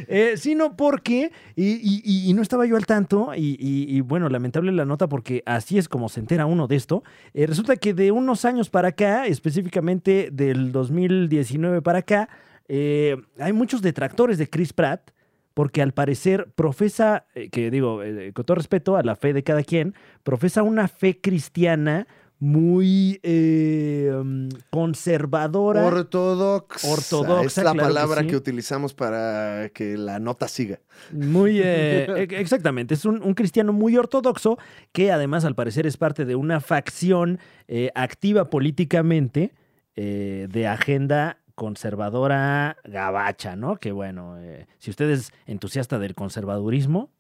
Eh, sino porque, y, y- y- y no estaba yo al tanto, y, y- y, bueno, lamentable la nota porque así es como se entera uno de esto. Eh, resulta que de unos años para acá, específicamente del 2019 para acá, eh, hay muchos detractores de Chris Pratt. Porque al parecer profesa, eh, que digo, eh, con todo respeto a la fe de cada quien, profesa una fe cristiana muy eh, mm, conservadora.
Ortodoxa.
Ortodoxa,
Es la
claro que
palabra
sí.
que utilizamos para que la nota siga.
Muy, eh, e- exactamente. Es un, un cristiano muy ortodoxo que además al parecer es parte de una facción eh, activa políticamente eh, de agenda conservadora gabacha, ¿no? Que bueno, eh, si usted es entusiasta del conservadurismo,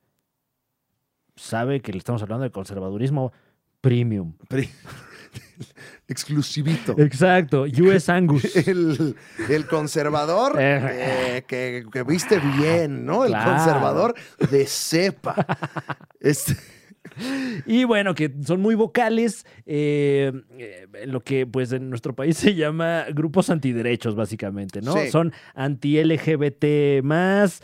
sabe que le estamos hablando de conservadurismo premium.
Pri- (laughs) Exclusivito.
Exacto, US Angus.
El, el conservador
Eh.
eh, que, que viste bien, ¿no? El
Claro.
conservador
(laughs)
de cepa. Este,
Y bueno, que son muy vocales, eh, eh, lo que pues en nuestro país (laughs) se llama grupos antiderechos, básicamente, ¿no?
Sí.
Son anti-LGBT más,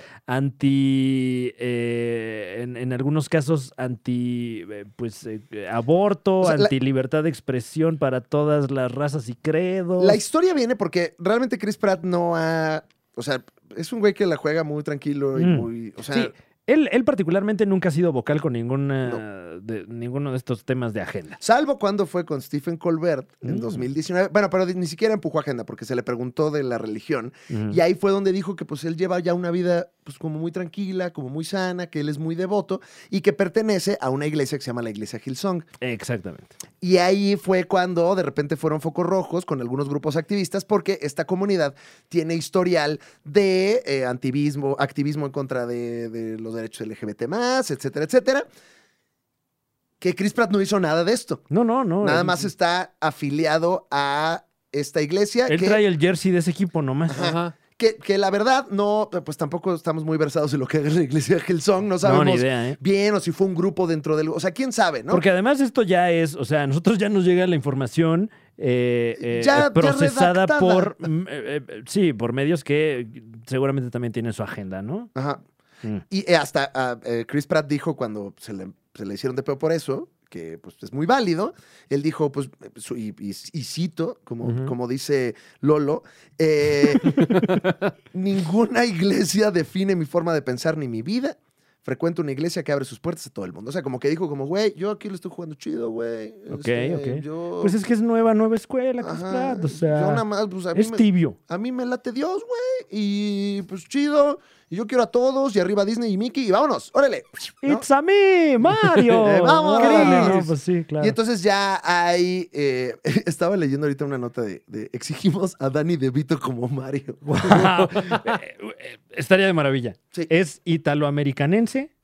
anti, eh, en, en algunos casos, anti, eh, pues, eh, aborto,
O sea, la-
anti libertad de expresión para todas las razas y credos.
La historia viene porque realmente Chris Pratt no ha. O sea, es un güey que la juega muy tranquilo y
Mm.
muy. O sea,
Sí, él, él particularmente nunca ha sido vocal con ninguna, de, ninguno de estos temas de agenda.
Salvo cuando fue con Stephen Colbert en
Mm.
2019. Bueno, pero ni siquiera empujó agenda porque se le preguntó de la religión.
Ujú.
Y ahí fue donde dijo que pues él lleva ya una vida pues como muy tranquila, como muy sana, que él es muy devoto y que pertenece a una iglesia que se llama la iglesia Hillsong.
Exactamente.
Y ahí fue cuando de repente fueron focos rojos con algunos grupos activistas porque esta comunidad tiene historial de eh, antivismo, activismo en contra de, de los derechos LGBT+, etcétera, etcétera. Que Chris Pratt no hizo nada de esto.
No, no, no.
Nada
él-
más está afiliado a esta iglesia
Él
que,
trae el jersey de ese equipo nomás.
Ajá.
que, que la verdad no, pues tampoco estamos muy versados en lo que es la iglesia Hillsong, no
No, ni
sabemos
idea, ¿eh?
bien o si fue un grupo dentro del... O sea, quién sabe, ¿no?
Porque además esto ya es, o sea, a nosotros ya nos llega la información eh, eh,
Ya- ya
procesada
redactada.
por, mm, eh, eh, sí, por medios que seguramente también tienen su agenda, ¿no?
Ajá.
Mm.
Y eh, hasta ah, eh, Chris Pratt dijo cuando se le, se le hicieron de peo por eso, que pues es muy válido, él dijo, pues, eh, su- y, y- y cito, como,
Ujú.
como dice Lolo,
(laughs)
eh, ninguna iglesia define mi forma de pensar ni mi vida. Frecuento una iglesia que abre sus puertas a todo el mundo. O sea, como que dijo como, güey, yo aquí lo estoy jugando chido, güey.
Ok,
Este,
ok.
Yo,
Pues es que es nueva, nueva escuela, Chris
Ajá,
Pratt, o
yo nada
sea,
más, pues, a mí
es
me-
tibio.
a mí me late Dios, güey. Y pues chido. Y yo quiero a todos. Y arriba Disney y Mickey. Y vámonos. Órale. ¿no?
¡It's a me, Mario!
(laughs) Eh, vamos,
Órale,
Chris.
No, pues sí, claro. (laughs)
Y entonces ya hay. eh, (laughs) estaba leyendo ahorita una nota de, de exigimos a Danny DeVito como Mario.
Guau. Eh, eh, Estaría de maravilla.
Sí.
Es italoamericanense,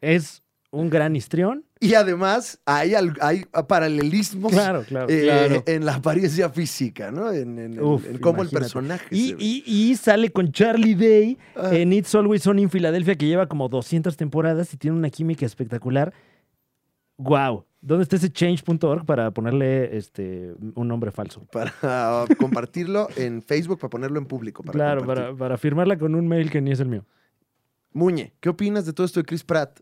es un gran histrión.
Y además hay, al- hay paralelismos.
Claro, claro.
eh,
claro.
En la apariencia física, ¿no? En, en- en-
Uf,
en cómo el
imagínate.
personaje.
Y,
se ve.
y- y sale con Charlie Day
Ah.
en It's Always Sunny en Filadelfia, que lleva como 200 temporadas y tiene una química espectacular. ¡Wow! ¿Dónde está ese change.org para ponerle este, un nombre falso?
Para (laughs) compartirlo en Facebook, para ponerlo en público. para
claro,
compartir.
para, para firmarla con un mail que ni es el mío.
Muñe, ¿qué opinas de todo esto de Chris Pratt?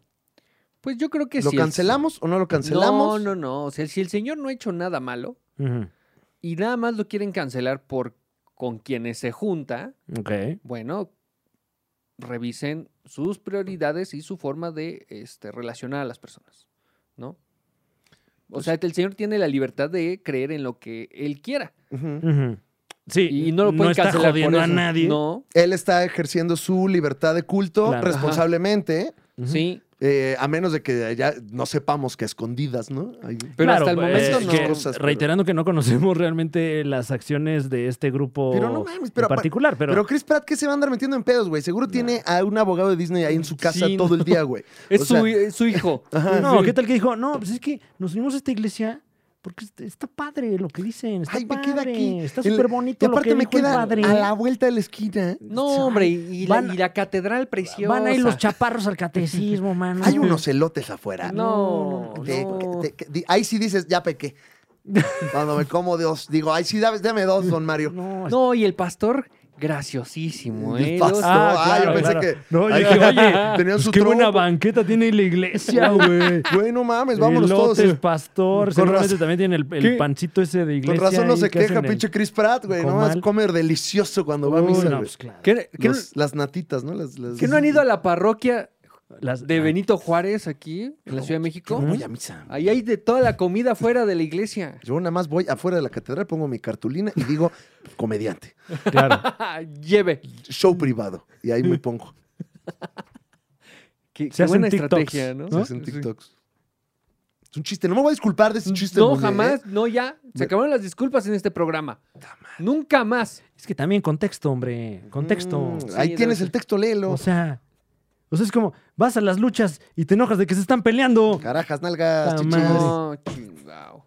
Pues yo creo que
¿Lo
sí.
cancelamos o no lo cancelamos?
No, no, no. O sea, si el señor no ha hecho nada malo
Ujú.
y nada más lo quieren cancelar por con quienes se junta,
Ok.
bueno, revisen sus prioridades y su forma de este, relacionar a las personas, ¿no? O sea, el señor tiene la libertad de creer en lo que él quiera
Ujú.
Ujú. Sí,
y no lo pueden
está
cancelar por
jodiendo a
eso.
nadie.
No,
Él está ejerciendo su libertad de culto
Claro.
responsablemente,
Ujú.
sí,
eh, a menos de que ya no sepamos que a escondidas, ¿no? Ahí-
pero
Claro,
hasta el momento
eh,
no.
que,
Cosas, pero-
reiterando que no conocemos realmente las acciones de este grupo
Pero no mames, pero
en particular, pero,
Pero Chris Pratt, ¿qué se va a andar metiendo en pedos, güey? Seguro tiene a un abogado de Disney ahí en su casa
Sí,
todo
no.
el
(laughs)
día, güey.
es,
o sea-
su, es su hijo.
no, ¿qué tal que dijo? No, pues es que nos unimos a esta iglesia porque est- está padre lo que dicen, está
Ay, me
padre,
queda aquí.
está
El-
súper
Y
bonito lo
aparte
que
me
dijo el
queda a
padre.
la vuelta de la esquina.
No, hombre, y la,
van-
y la catedral preciosa.
Van ahí los chaparros al
(laughs)
catecismo, mano.
Hay unos elotes afuera.
Ah, No, no.
Te- te- que- di- ahí sí dices, ya pequé.
(laughs)
Cuando me como dos, digo, ay, sí, dame, dame dos, don Mario.
No,
No, y el pastor, graciosísimo,
El
¿eh?
pastor,
Los-
ah, yo pensé
claro.
que.
No, yo
ay,
dije, oye,
tenían
pues
su
qué buena
tronco.
banqueta tiene la iglesia, güey.
Güey, no mames, vámonos
Elotes,
todos. eh.
pastor,
Con
seguramente
razón-
también tiene el, el
¿Qué?
pancito ese de iglesia.
Con razón no
ahí
se
que hacen
queja,
el-
pinche Chris Pratt, güey. No más
comal.
comer delicioso cuando va a
Uy,
misa.
no,
güey.
pues claro.
¿Qué- qué no-
Los- las natitas, ¿no? Las, las-
¿Que no han ido a la parroquia
Las-
Ah.
de Benito Juárez aquí, en la Ciudad de México?
Voy a misa.
Ahí hay de toda la comida fuera de la
(laughs)
iglesia.
Yo nada más voy afuera de la catedral, pongo mi cartulina y digo, (laughs) comediante,
Claro.
Lleve.
Mm.
show privado. Y ahí me pongo.
Qué,
Se
qué
hacen
buena
TikToks,
estrategia,
(laughs)
¿no?
¿no?
Se hacen TikToks. Es un chiste. No me voy a disculpar
Mm.
de ese chiste.
No,
Muñe, ¿eh?
jamás, no, ya. Se
Me-
acabaron las disculpas en este programa. Nunca más.
(laughs) Es que también contexto, hombre. Contexto.
Mm,
Sí,
ahí
debe
tienes
ser.
el texto, léelo.
O sea, o sea, es como, vas a las luchas y te enojas de que se están peleando.
Carajas,
Ta
nalgas, chichis.
Pues, madre.
No, chingao.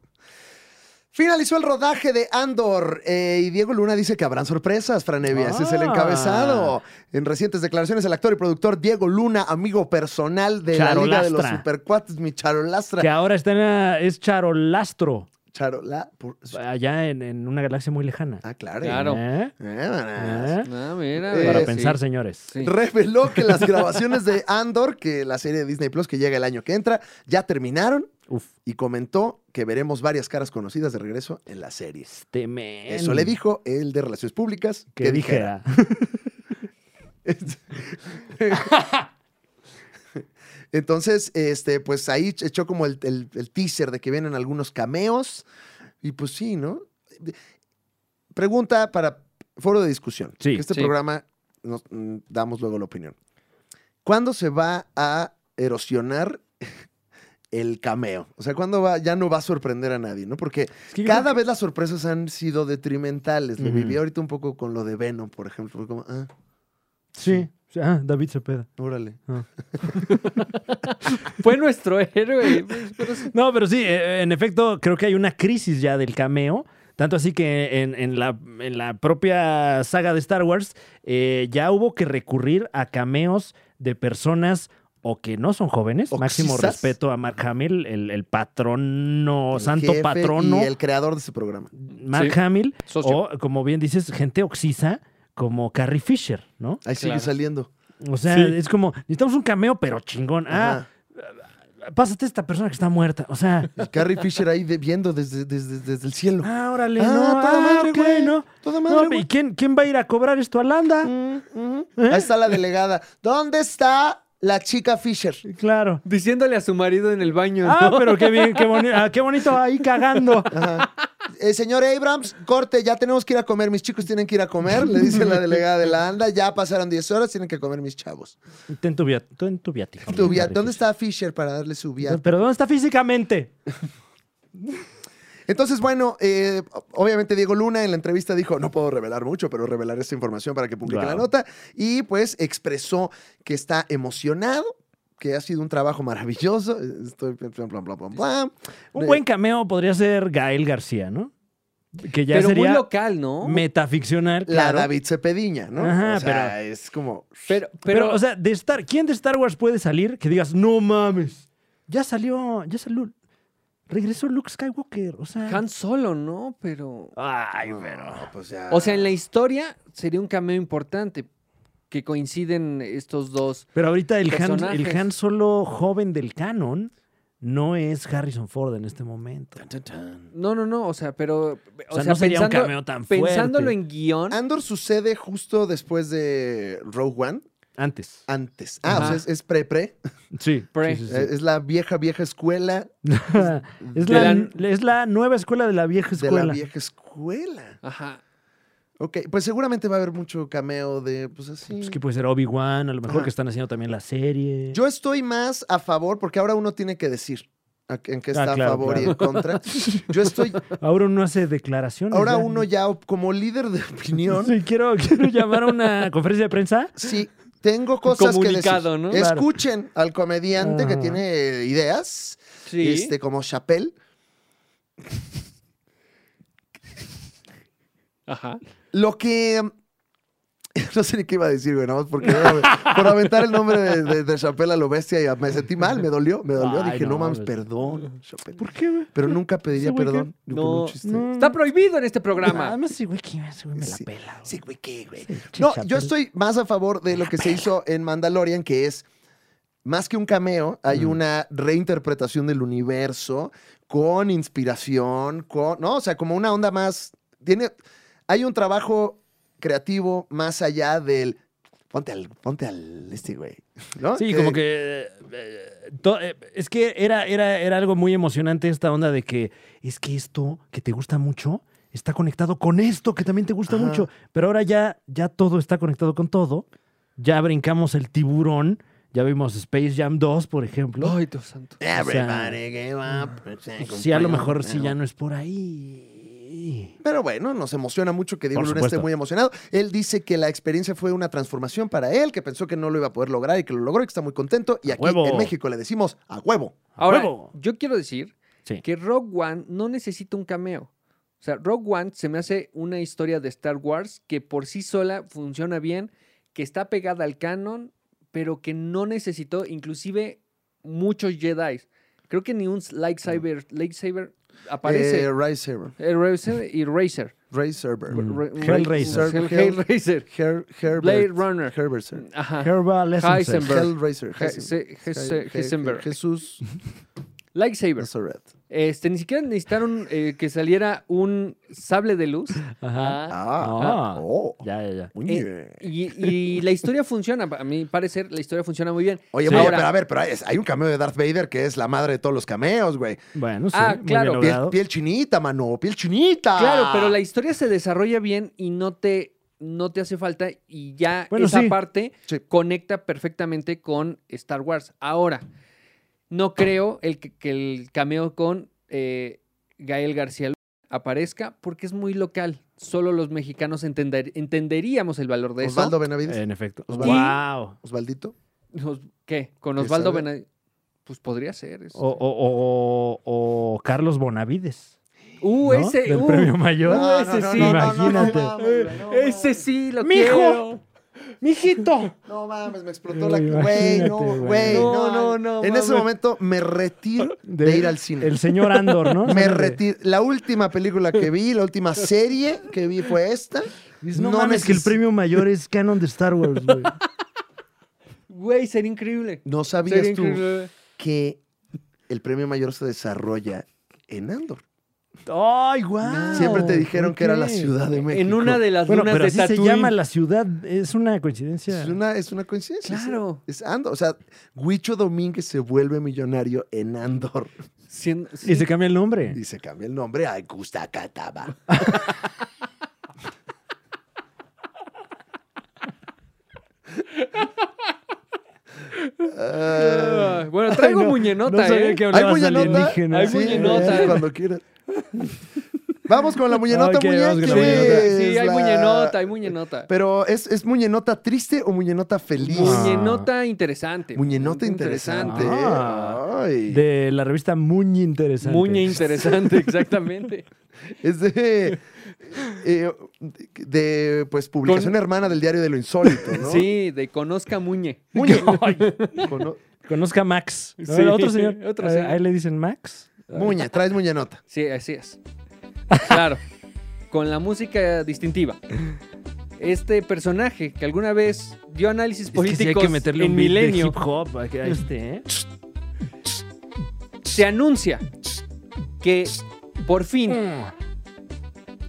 Finalizó el rodaje de Andor eh, y Diego Luna dice que habrán sorpresas, Franevia. Ese es el
Ah.
encabezado. En recientes declaraciones, el actor y productor Diego Luna, amigo personal de la Liga de los
Charolastra.
Supercuates, mi charolastra.
Que ahora está en, la- es Charolastro,
Charola. por-
allá en, en una galaxia muy lejana.
Ah, claro.
Claro.
¿Eh?
Eh, manas.
¿Eh?
Ah, mira.
Eh,
Para
sí.
pensar,
sí.
señores.
Sí.
reveló
(laughs)
que las grabaciones de Andor, que la serie de Disney Plus que llega el año que entra, ya terminaron
Uf,
y comentó que veremos varias caras conocidas de regreso en la serie.
este men.
Eso le dijo el de Relaciones Públicas
Que
que dijera.
dijera.
Este, (laughs) Entonces, este, pues ahí echó como el, el- el teaser de que vienen algunos cameos y pues sí, ¿no? Pregunta para foro de discusión.
Sí,
que este
sí.
programa nos mm, damos luego la opinión. ¿Cuándo se va a erosionar (laughs) el cameo? O sea, ¿cuándo va, ya no va a sorprender a nadie, ¿no? Porque
(laughs) Es que yo
cada vez las sorpresas han sido detrimentales. Lo viví
Ujú.
ahorita un poco con lo de Venom, por ejemplo. Fue como, ah,
creo- Sí. sí. Ah, David Cepeda.
órale.
Fue nuestro héroe. pues, pero sí.
No, pero sí, eh, en efecto, creo que hay una crisis ya del cameo. Tanto así que en, en la, en la propia saga de Star Wars eh, ya hubo que recurrir a cameos de personas o que no son jóvenes.
O
Máximo
quizás-
respeto a Mark Hamill, el, el patrono,
El
santo
jefe
patrono,
Y el creador de ese programa.
Mark
Sí.
Hamill.
Socio.
O, como bien dices, gente oxisa como Carrie Fisher, ¿no?
Ahí sigue
Claro.
saliendo.
O sea,
Sí.
es como, necesitamos un cameo, pero chingón.
Ajá.
Ah, pásate esta persona que está muerta. O
(laughs)
sea,
Y Carrie Fisher ahí de- viendo desde, desde, desde el cielo.
ah, órale,
Ah,
no,
toda
ah,
madre,
ok,
güey.
no. No,
Toda madre,
¿Y ¿Eh?
güey.
quién, quién va a ir a cobrar esto a Landa?
Mm, mm. Ahí está la delegada. ¿Dónde está la chica Fisher?
Claro.
Diciéndole a su marido en el baño. ¿no?
(laughs)
Ah, pero qué bien, qué, boni- ah, qué bonito ahí cagando.
Ajá. Eh, señor Abrams, corte, ya tenemos que ir a comer. Mis chicos tienen que ir a comer, le dice la delegada de la ANDA. Ya pasaron 10 horas, tienen que comer mis chavos.
Ten tu, via- ten tu viático.
Tu
mi
via-
Carrie
¿Dónde
Fisher.
está Fisher para darle su viaje?
Pero ¿dónde está físicamente?
Entonces, bueno, eh, obviamente Diego Luna en la entrevista dijo, no puedo revelar mucho, pero revelar esta información para que publique la
Claro.
nota. Y pues expresó que está emocionado, que ha sido un trabajo maravilloso. Estoy... plan, plan, plan, plan, plan.
Un
Eh,
buen cameo podría ser Gael García, ¿no? Que ya
pero muy
sería
local, ¿no?
metaficcional.
La
claro.
David Cepediña, ¿no?
Ajá,
o sea, es como...
Pero,
Pero,
pero,
o sea, de Star, ¿quién de Star Wars puede salir que digas, no mames? Ya salió, ya salió. Regresó Luke Skywalker, o sea.
Han Solo, ¿no? Pero.
Ay,
No, pues ya.
ah.
O sea, en la historia sería un cameo importante. que coinciden estos dos.
Pero ahorita el Han,
Personajes.
el Han solo joven del canon no es Harrison Ford en este momento.
Tan, tan, tan.
No, no, no, o sea, pero...
O sea, no sería un
pensando-
cameo tan fuerte. Ah.
Pensándolo en guión,
Andor sucede justo después de Rogue One,
Antes.
antes. Ah,
Ajá.
o sea, es- es pre-pre.
Sí.
Pre.
(laughs) sí, sí, sí.
Eh, Es la vieja, vieja escuela
es,
de
la,
la-
es la nueva escuela de la vieja
de
escuela.
la vieja escuela.
ajá,
Ok, pues seguramente va a haber mucho cameo de, pues así.
Pues que puede ser Obi-Wan, a lo mejor
Ajá.
que están haciendo también la serie.
Yo estoy más a favor, porque ahora uno tiene que decir a- en qué
Ah,
está a
claro,
favor y
claro.
en contra.
(laughs)
Yo estoy,
Ahora uno hace declaraciones.
ahora
ya. (laughs)
uno ya op- como líder de opinión,
Sí, quiero, quiero llamar a una conferencia de prensa.
sí, tengo cosas que decir.
Comunicado, ¿no?
Claro.
Escuchen al comediante que
Ajá.
tiene ideas,
sí.
este, como Chappelle.
Ajá.
Lo que. (laughs) No sé ni qué iba a decir, güey, nada más porque por aventar el nombre de, de, de Chappelle a lo bestia y me sentí mal, me dolió, me dolió.
Ay,
Dije, no,
no,
mames,
pues.
perdón, Chappelle.
¿Por qué, güey?
Pero nunca pediría
Sí, güey,
perdón.
¿qué?
por un
No,
chiste.
No.
Está prohibido en este programa.
Además, sí, Ah, güey, ¿qué? Ese güey me la
Sí.
pela. güey.
Sí, güey, ¿qué, güey?
Pinche
No, yo
Chappelle.
estoy más a favor de lo que se hizo en Mandalorian, que es más que un cameo, hay
Mm.
una reinterpretación del universo con inspiración, con. No, o sea, como una onda más. Tiene. Hay un trabajo creativo más allá del. Ponte al. Ponte al. Este, güey. ¿no?
Sí, como que. eh, to- eh, es que era, era, era algo muy emocionante esta onda de que es que esto que te gusta mucho está conectado con esto que también te gusta
Ajá.
mucho. Pero ahora ya, ya todo está conectado con todo. Ya brincamos el tiburón. Ya vimos Space Jam 2, por ejemplo. Pues
Ay, Dios santo.
Everybody give up.
mm,
eh,
sí, a lo mejor sí ya no es por ahí.
Pero bueno, nos emociona mucho que Diego
Por
Luna esté
supuesto.
muy emocionado. Él dice que la experiencia fue una transformación para él, que pensó que no lo iba a poder lograr y que lo logró y que está muy contento. Y aquí
huevo!
en México le decimos a huevo.
Ahora,
¡Huevo!
yo quiero decir
Sí.
que Rogue One no necesita un cameo. O sea, Rogue One se me hace una historia de Star Wars que por sí sola funciona bien, que está pegada al canon, pero que no necesitó inclusive muchos Jedi. Creo que ni un lightsaber, lightsaber aparece.
Eh, Ray Server.
Eh, Razer y Razer.
Ray Server.
Mm.
Ra-
Hellraiser.
Hell- Hellraiser.
Her- Herbert.
Blade Runner.
Herbert Ser-
Ajá.
Herbal Essences.
ah, Heisenberg.
Hellraiser.
Je-
Heisen-
se-
Je-
Hesse-
Je-
Heisenberg.
Jesús
Lightsaber.
Nazaret.
Este, ni siquiera necesitaron eh, que saliera un sable de luz.
(laughs) Ajá.
Ah,
Ah,
Ah.
oh.
Ya, ya, ya.
Eh,
Oye,
Y, y la historia funciona, a mi parecer, la historia funciona muy bien.
Oye,
Sí.
oye,
Ahora-
pero a ver, pero hay, hay un cameo de Darth Vader que es la madre de todos los cameos, güey.
Bueno, sí.
Ah,
muy
claro.
bien
Piel,
logrado.
piel chinita, mano, piel chinita.
Claro, pero la historia se desarrolla bien y no te, no te hace falta y ya
Bueno,
esa
sí.
parte
Sí.
conecta perfectamente con Star Wars. Ahora, no creo el, que que el cameo con eh, Gael García Luna aparezca porque es muy local. Solo los mexicanos entender- entenderíamos el valor de
Osvaldo
eso.
Benavides.
En efecto.
Osvaldo.
Wow.
Osvaldito.
Nos- ¿Qué? ¿Con
Que
Osvaldo
sabe- Oh.
Benavides? Pues podría ser. es-
O, o- o- o Carlos Bonavides.
uh,
¿no?
ese.
Del
uh,
premio mayor.
No, no, no,
sí.
no, no, no,
Imagínate.
no mames, no
Ese
mames.
sí lo
¡Mijo!
quiero.
¡Mijito!
No mames, me explotó la.
Imagínate,
Güey, no,
güey.
güey.
No,
No,
no,
no,
no,
En ese
mames.
momento me retiro de, ir al cine.
El señor Andor, ¿no?
(laughs) me
Ándale.
retiro. La última película que vi, la última serie que vi fue esta.
Dices, no,
No
mames, que el
neces-
premio mayor es canon de Star Wars,
(laughs)
güey.
Güey, sería increíble.
No
Sería
sabías tú
increíble.
que el premio mayor se desarrolla en Andor.
¡Ay, guau!
Siempre te dijeron
¿Por
que era
qué?
la Ciudad de México.
Ah, En una de las
Bueno,
lunas
pero
de
así se
Tatooine.
llama la ciudad. Es una coincidencia.
Es una, es una coincidencia. sí.
Claro.
Es Andor. O sea, Huicho Domínguez se vuelve millonario en Andor.
Cien-
Y
sí.
se cambia el nombre.
Y se cambia el nombre a
(laughs)
Gustacataba.
Ah, bueno, traigo
Ay, no,
muñenota,
no sabía
¿eh?
que
¿Hay
hablabas
muñenota?
alienígena.
Hay
Sí,
muñenota.
¿verdad?
Cuando quieras. Vamos con la muñenota,
Ok, vamos con la
muñeca.
muñenota.
Sí, hay
La-
muñenota, hay muñenota.
Pero ¿es, es muñenota triste o muñenota feliz?
Muñe-
Muñenota interesante.
Muñenota interesante.
interesante. Ah.
Ay.
De la revista Muñe Interesante.
Muñe interesante, (laughs) exactamente.
Es de, eh, de pues publicación hermana del diario de lo insólito, ¿no?
Sí, de Conozca Muñe. (laughs)
Muñe. Cono-
Conozca a Max. ¿no?
Sí,
Otro señor.
otro
Ah,
señor.
Ahí le dicen Max.
Muñe, traes muñenota.
(laughs) Sí, así es. Claro. Con la música distintiva. este personaje que alguna vez dio análisis
Es que sí hay
políticos
que meterle
en
un beat de
Milenio,
hip hop a a este, ¿eh?
se anuncia que por fin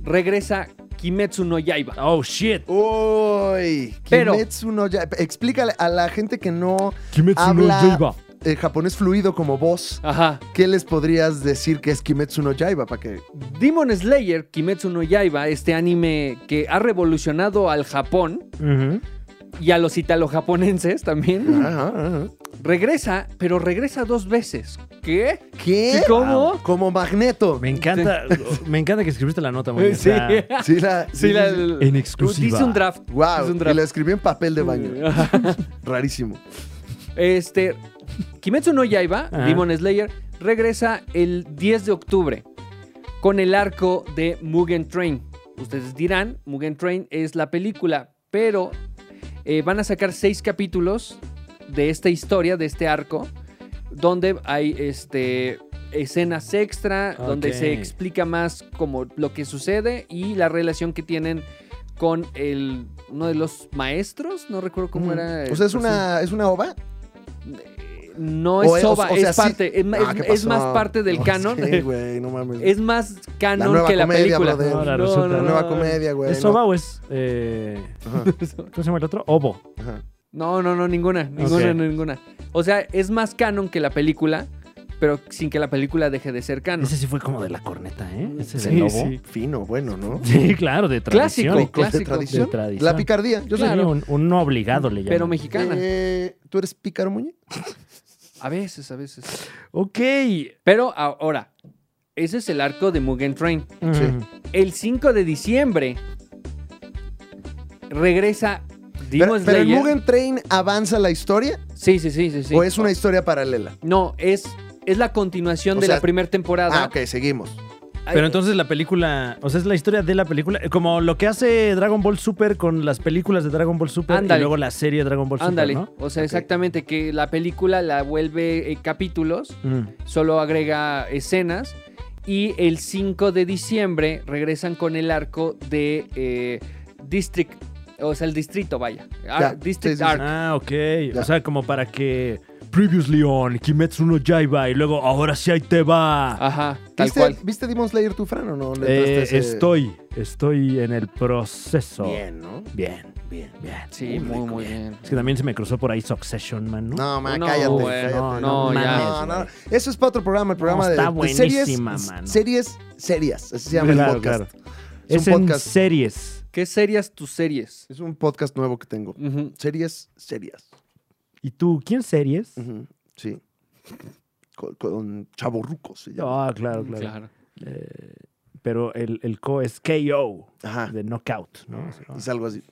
regresa Kimetsu no Yaiba.
Oh, shit.
Uy,
Pero-
Kimetsu no Yaiba. Explícale a la gente que no
Kimetsu
no Habla- Yaiba. eh, japonés fluido como vos,
Ajá.
¿qué les podrías decir que es Kimetsu no Yaiba? Para que
Demon Slayer, Kimetsu no Yaiba, este anime que ha revolucionado al Japón y a los italo-japonenses también,
Ah, ah, ah.
regresa, pero regresa dos veces. ¿Qué?
¿Qué?
¿Cómo?
Como Magneto.
Me encanta, me encanta que escribiste la nota, muy
(laughs) Sí.
(laughs) Sí, la.
Sí, la-
En exclusiva.
Hice un draft. hice
Wow.
un ah.
Y
draft.
la escribí en papel de baño.
Ajá.
Rarísimo.
Este, Kimetsu no Yaiba,
Ajá.
Demon Slayer, regresa el 10 de octubre con el arco de Mugen Train. Ustedes dirán, Mugen Train es la película, pero eh, van a sacar seis capítulos de esta historia, de este arco, donde hay este, escenas extra, donde
Ok.
se explica más como lo que sucede y la relación que tienen con el, uno de los maestros, no recuerdo cómo
Mm.
era.
O sea, es
el
una, es una ova.
no
O
es
es-
soba,
o- o sea,
es
sí.
parte, es, ma-
Ah,
es-
¿qué
es
pasó?
más parte del
No
canon.
(laughs) sé, güey, no mames.
(laughs) Es más
La
canon
nueva
que la
comedia,
película.
brother.
Ahora resulta.
La nueva
no.
comedia, güey.
¿Es
no.
soba o es. eh,
Ajá,
(laughs) ¿Cómo se llama el otro? Obo.
ajá.
No, no, no, ninguna, ninguna,
Ok.
ninguna. O sea, es más canon que la película, pero sin que la película deje de ser canon.
Ese sí fue como de la corneta, ¿eh? Ese
Mm, Sí,
del lobo. Sí.
sí.
Fino, bueno, ¿no?
claro, de tradición.
Clásico.
Ricos de
clásico.
tradición.
De tradición.
La picardía. Yo
Yo
soy
sería un, un obligado, le llaman.
Pero mexicana.
Eh, ¿Tú eres pícaro, Muñe?
A veces, a veces.
Ok.
Pero ahora, ese es el arco de Mugen Train.
Mm.
El 5 de diciembre regresa
Pero,
pues,
Demon
pero el
Slayer.
Mugen Train avanza la historia
Sí, sí, sí, sí, sí.
o es una historia paralela.
No, es, es la continuación
O
de
sea-
la primera temporada.
Ah, ok, seguimos.
Ay,
Pero entonces la película, o sea, es la historia de la película, eh, como lo que hace Dragon Ball Super con las películas de Dragon Ball Super y
Ándale.
luego la serie Dragon Ball
Ándale,
Super,
o sea,
Ok.
exactamente, que la película la vuelve eh, capítulos,
¿no? Mm.
solo agrega escenas, y el 5 de diciembre regresan con el arco de eh, District, o sea, el distrito, vaya, Ar-
Ya,
District
sí, sí, sí.
Arc.
Ah, ok.
Ya.
O sea, como para que Previously on Kimetsu no Yaiba y luego ahora sí ahí te va.
Ajá, tal
¿Viste,
cual.
¿Viste Demon Slayer tu Fran o no? le
Eh,
entraste a ese-
Estoy, estoy en el proceso.
Bien, ¿no?
bien,
Bien.
bien.
Sí,
Muy
muy,
rico,
muy bien.
Es que también se me cruzó por ahí Succession, man, ¿no?
No, man,
No,
cállate,
bueno,
cállate.
no,
no, ya.
no, no. Eso es para otro programa, el programa
No,
de,
está
de series.
buenísima, mano.
Series serias. Así se llama
Claro,
el podcast.
claro.
Es
Es,
un
en
podcast.
series.
¿Qué series tus series?
Es un podcast nuevo que tengo.
Ujú.
Series serias.
¿Y tú, quién series?
Ujú, Sí. Con, con Chaborruco se llama.
Ah, claro, claro.
Claro.
Eh, pero el, el co es KO,
Ajá.
de knockout, ¿no?
Es algo así.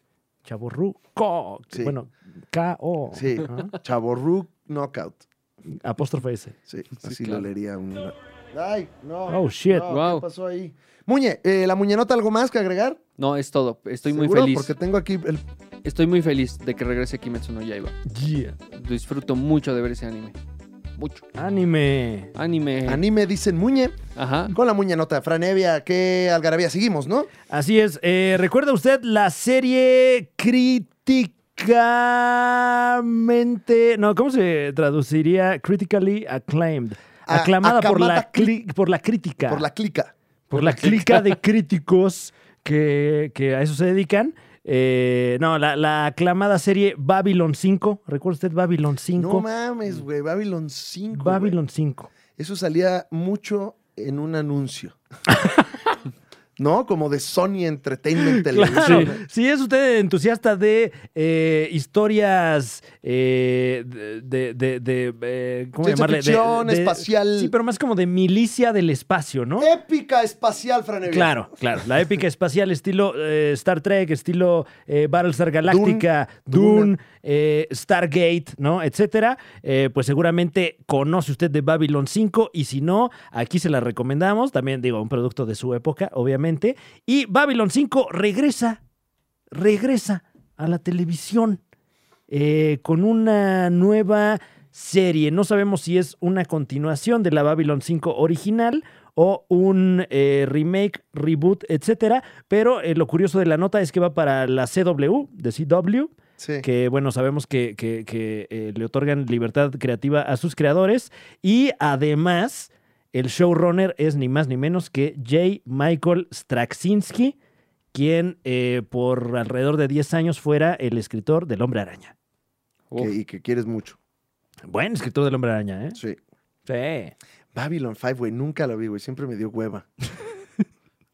Chaborruco.
Ah. Sí.
Bueno, K-O.
Sí.
¿no?
Chaborruco Knockout.
Apóstrofe S.
Sí, así
claro.
lo leería un. Ay, no.
Oh, shit.
no,
Wow.
¿Qué pasó ahí? Muñe, eh, la muñenota, ¿algo más que agregar?
No, es todo. Estoy muy
¿Seguro?
feliz.
Porque tengo aquí el.
Estoy muy feliz de que regrese Kimetsu no Yaiba.
Yeah.
Disfruto mucho de ver ese anime. Mucho.
Anime.
Anime.
Anime, dicen Muñe.
Ajá.
Con la muñenota, Fran Evia, qué algarabía seguimos, ¿no?
Así es. eh, Recuerda usted la serie críticamente. No, ¿cómo se traduciría? Critically acclaimed.
A-
Aclamada por la,
acamada
cli- por la crítica.
Por la clica.
por la clica
(laughs)
de críticos que, que a eso se dedican. Eh, no, la, la aclamada serie Babylon 5. ¿Recuerda usted Babylon 5?
No mames, güey. Babylon 5. güey.
Babylon 5.
Eso salía mucho en un anuncio. ¿No? Como de Sony Entertainment
Claro,
Televisión.
si es usted entusiasta de eh, historias eh, de, de- de- de, eh, ¿cómo
Ciencia
llamarle? De-
ficción,
de-
espacial. Eh,
Sí, pero más como de milicia del espacio, ¿no?
Épica espacial, Fran Evia.
Claro, claro. La épica espacial estilo eh, Star Trek, estilo eh, Battlestar Galáctica,
Dune.
Dune, eh, Stargate, ¿no? Etcétera. Eh, pues seguramente conoce usted de Babylon 5 y si no, aquí se la recomendamos. También digo, un producto de su época, obviamente. Y Babylon 5 regresa, regresa a la televisión eh, con una nueva serie. No sabemos si es una continuación de la Babylon 5 original o un eh, remake, reboot, etcétera. Pero eh, lo curioso de la nota es que va para la CW, de CW,
Sí.
que bueno, sabemos que, que- que, eh, le otorgan libertad creativa a sus creadores y además el showrunner es ni más ni menos que J. Michael Straczynski, quien eh, por alrededor de 10 años fuera el escritor del Hombre Araña.
Uf.
Que- y que quieres mucho.
Buen escritor del Hombre Araña, ¿eh?
Sí.
Sí.
Babylon 5, güey, nunca la vi, güey, siempre me dio hueva. (laughs)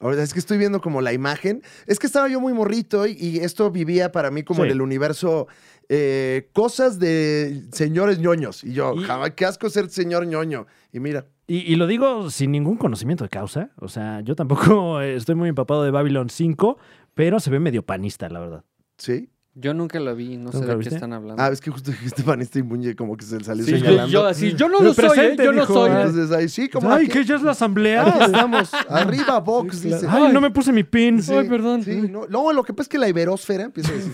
Ahora es que estoy viendo como la imagen. Es que estaba yo muy morrito y, y esto vivía para mí como
Sí.
en el universo eh, cosas de señores ñoños. Y yo,
Y-
jamás, qué asco ser señor ñoño. Y mira,
Y, y lo digo sin ningún conocimiento de causa. O sea, yo tampoco eh, estoy muy empapado de Babylon 5, pero se ve medio panista, la verdad.
sí.
Yo nunca la vi, no
¿Tú
sé
nunca
de
la
qué
viste?
están hablando.
Ah, es que justo (laughs) dijiste Vanessa y Muñe como que se le salió
Sí,
señalando.
yo así, yo no
Me
lo soy, ¿eh?
presente,
yo no
dijo,
soy.
ah.
Entonces, ahí sí, como Ah, aquí,
ya es la asamblea! (laughs)
aquí estamos. Arriba, Vox, dice.
Ay, no me puse mi pin.
Sí,
Ay, perdón.
sí, no. No, lo que pasa es que la iberosfera empieza a decir.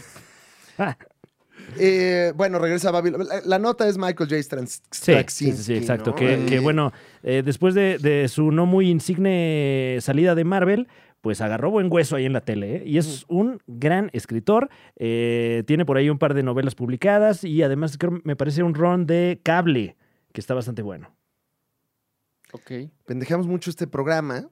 Eh, bueno, regresa a Babylon. La, la nota es Michael J. Strans-
(laughs) Sí,
Straczynski.
sí, sí, exacto.
¿no?
Que,
Eh,
que, bueno, eh, después de, de su no muy insigne salida de Marvel, pues agarró buen hueso ahí en la tele. ¿eh? Y es un gran escritor. Eh, tiene por ahí un par de novelas publicadas y además creo- me parece un ron de cable que está bastante bueno.
Ok,
Pendejamos mucho este programa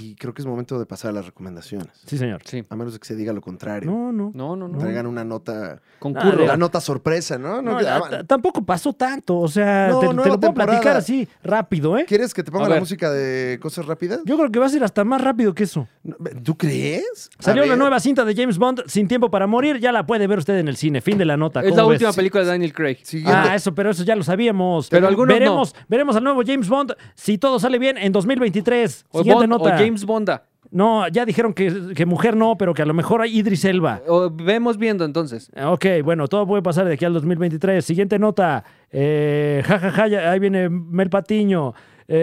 y creo que es momento de pasar a las recomendaciones.
Sí, señor.
sí.
A menos de que se diga lo contrario.
No, no.
No, no, no.
Traigan una nota,
Concurro.
Dale.
la nota sorpresa, ¿no? No,
No,
ya
la-
van.
t- tampoco pasó tanto. O sea,
No,
te, te
nueva
lo puedo
temporada.
platicar así rápido, ¿eh?
¿Quieres que te ponga
A
la
ver.
música de cosas rápidas?
Yo creo que va a ser hasta más rápido que eso.
No, ¿Tú crees? A
Salió la
ver.
nueva cinta de James Bond, Sin Tiempo para Morir. Ya la puede ver usted en el cine. Fin de la nota.
es
¿cómo
la
ves?
última película de Daniel Craig.
Siguiente.
Ah, eso, pero eso ya lo sabíamos.
Pero algunos
veremos, veremos al nuevo James Bond si todo sale bien en 2023.
O,
Siguiente
Bond- o
nota.
James Bonda.
No, ya dijeron que, que mujer no, pero que a lo mejor hay Idris Elba.
O vemos viendo entonces.
Ok, bueno, todo puede pasar de aquí al 2023. Siguiente nota. Eh, ja, ja, ja, ya- ahí viene Mel Patiño.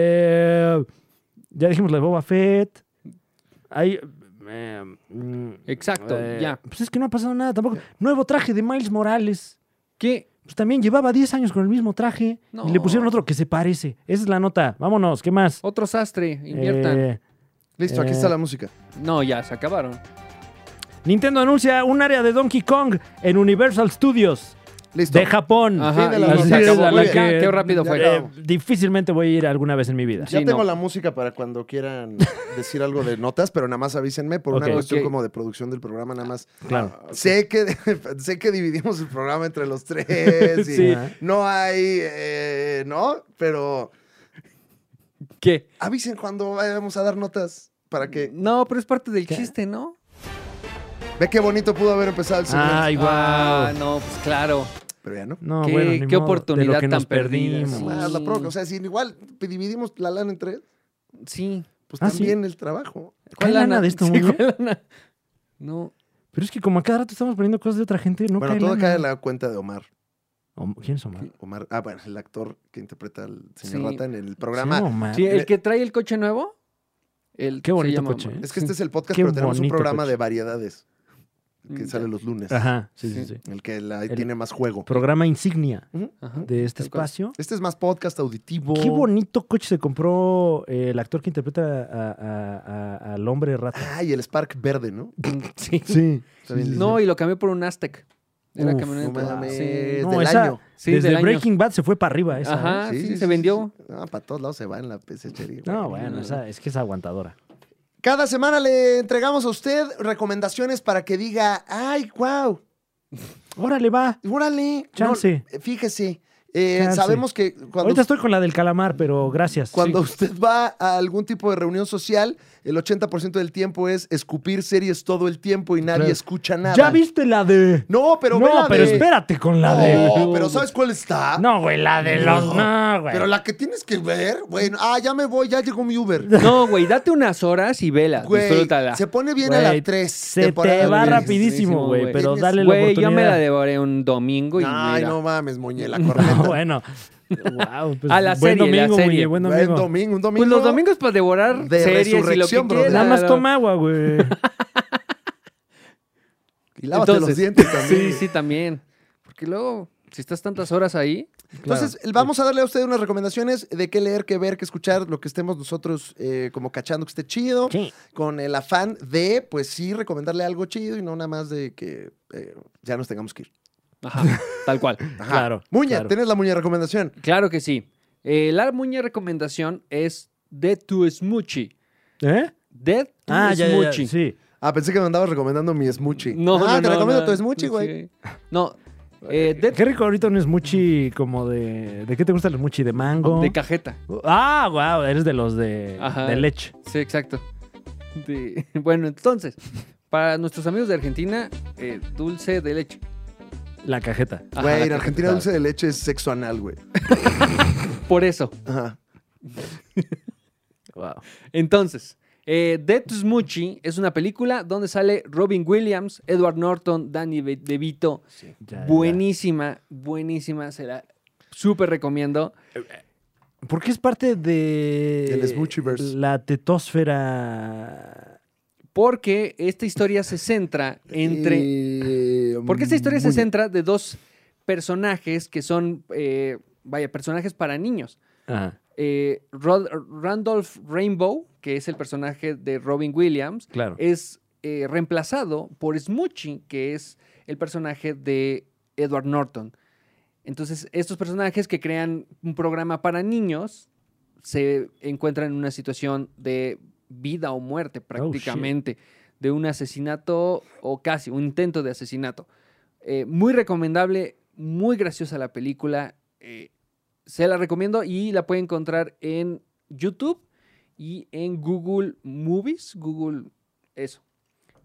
Eh, ya dijimos la de Boba Fett. Ahí. eh, mm,
Exacto,
eh,
ya.
Pues es que no ha pasado nada tampoco. Nuevo traje de Miles Morales.
¿Qué?
Pues también llevaba 10 años con el mismo traje
No.
y le pusieron otro que se parece. Esa es la nota. Vámonos, ¿qué más?
Otro sastre, inviertan.
Eh,
Listo, aquí
Eh.
está la música.
No, ya, se acabaron.
Nintendo anuncia un área de Donkey Kong en Universal Studios
Listo.
de Japón.
Ajá,
de
y
la
se
nota.
acabó.
Muy
Ya,
bien.
Qué rápido
Ya
fue.
acabó.
Eh, difícilmente voy a ir alguna vez en mi vida.
Ya
Sí,
tengo
no.
la música para cuando quieran decir algo de notas, pero nada más avísenme por
Ok. Ah,
una cuestión
Ok.
como de producción del programa, nada más.
Claro.
Sé que, (laughs) sé que dividimos el programa entre los tres y
Sí.
no hay, eh, ¿no? Pero
¿Qué?
avisen cuando vayamos a dar notas para que...
No, pero es parte del chiste, ¿no?
Ve qué bonito pudo haber empezado el segmento.
Ay, wow.
Ah, no, pues claro.
Pero ya no.
No,
Qué-
bueno, ni
qué
modo,
oportunidad
de lo que
tan
nos
perdida,
perdimos.
sí.
Más la pro- o sea, si igual dividimos la lana en tres,
Sí.
pues
Ah, sí.
también el trabajo.
¿Cuál lana de esto,
Sí,
muñe?
¿cuál lana? No.
Pero es que como a cada rato estamos poniendo cosas de otra gente, no
bueno,
cae
todo
lana.
cae en la cuenta de Omar.
Om- ¿Quién es Omar?
Omar, ah, bueno, el actor que interpreta al señor
Sí.
Rata en el programa.
Sí, Omar.
Sí, el que trae el coche nuevo. El,
Ah, Qué
se
bonito
llama-
coche, ¿eh?
Es que este es el podcast,
Qué
pero tenemos un
bonito
programa
coche.
de variedades que
Mm,
sale
ya.
los lunes.
Ajá, sí, sí,
Sí.
sí.
El que la-
El-
tiene más juego.
Programa insignia
Ajá.
de este
Tal cual.
espacio.
Este es más podcast auditivo.
Qué bonito coche se compró eh, el actor que interpreta a- a- a- al hombre rata. (laughs)
Ah, y el Spark verde, ¿no?
Sí.
Sí. Está bien.
No, y lo cambié por un Aztec. Era
Uf,
No
camioneta.
mames,
sí.
No,
del
esa-
año.
Sí,
Desde
del año.
Breaking Bad se fue para arriba esa. ¿eh?
Ajá, sí, se vendió.
sí. Ah, para todos lados se va en la pesechería. güey.
No, bueno, esa, es que es aguantadora.
Cada semana le entregamos a usted recomendaciones para que diga, ay, wow,
Órale, va.
órale. No,
Chance.
fíjese, eh,
Chance.
sabemos que cuando
Ahorita estoy con la del calamar, pero gracias.
Cuando usted va a algún tipo de reunión social, el 80% del tiempo es escupir series todo el tiempo y nadie
Claro.
escucha nada.
¿Ya viste la de...?
No, pero ve
no,
la
pero
de-
espérate con la de...
No, pero ¿sabes cuál está?
No, güey, la de los... No, güey.
Pero la que tienes que ver, bueno, ah, ya me voy, ya llegó
(laughs)
mi Uber.
No, güey, date unas horas y vela.
Güey,
disfrútala.
se pone bien a
Güey,
la 3.
Se te va rapidísimo, güey,
güey.
pero
Tienes-
dale la
Güey, yo
oportunidad.
me la devoré un domingo y
Ay,
mira.
no mames,
(laughs)
moñela,
No,
correcta.
bueno. Wow, pues,
A la
buen
serie, la
domingo, Muñe,
serie.
buen
Buen
domingo.
domingo, un domingo.
Pues los domingos para devorar
De
series y lo que
resurrección, bro.
quieras.
Nada más toma agua,
(laughs)
güey.
Y lávate los
Entonces-
dientes también.
(laughs)
Sí, sí, también. Porque luego, si estás tantas horas ahí,
Entonces, vamos a darle a ustedes unas recomendaciones de qué leer, qué ver, qué escuchar, lo que estemos nosotros eh, como cachando que esté chido,
Sí.
con el afán de, pues sí, recomendarle algo chido y no nada más de que eh, ya nos tengamos que ir.
Ajá,
(laughs)
tal cual.
Claro,
Muña,
claro.
tienes la muña recomendación.
Claro que sí. Eh, la muña recomendación es Dead to Smoochie.
¿Eh?
Dead to
Ah, ya, ya, ya,
Smoochie.
sí.
Ah, pensé que me andabas recomendando mi smoochie.
No,
ah,
no,
te
no,
recomiendo
no.
tu smoochie, güey.
Sí. No, eh, Dead
Qué rico ahorita un smoochie como de... ¿De qué te gusta el smoochie? ¿De mango?
de cajeta.
Ah, wow, eres de los de,
Ajá.
de leche.
Sí, exacto. De- (laughs) Bueno, entonces, para nuestros amigos de Argentina, eh, dulce de leche.
La cajeta.
Ajá,
Güey,
la
en
cajeta.
Argentina dulce de leche es sexo anal, güey.
Por eso.
Ajá.
Wow.
Entonces, eh, Dead to Smoochie es una película donde sale Robin Williams, Edward Norton, Danny Be- DeVito. buenísima, buenísima. Se la súper recomiendo.
Porque es parte de...
El smoochieverse.
La tetósfera...
Porque esta historia se centra entre...
Eh,
Porque esta historia se
muy-
centra de dos personajes que son, eh, vaya, personajes para niños.
Ajá,
Eh, Rod- Randolph Rainbow, que es el personaje de Robin Williams,
claro.
es eh, reemplazado por Smoochie, que es el personaje de Edward Norton. Entonces, estos personajes que crean un programa para niños se encuentran en una situación de vida o muerte prácticamente, de un asesinato o casi un intento de asesinato. Eh, muy recomendable, muy graciosa la película. eh, se la recomiendo y la puede encontrar en YouTube y en Google Movies, Google eso.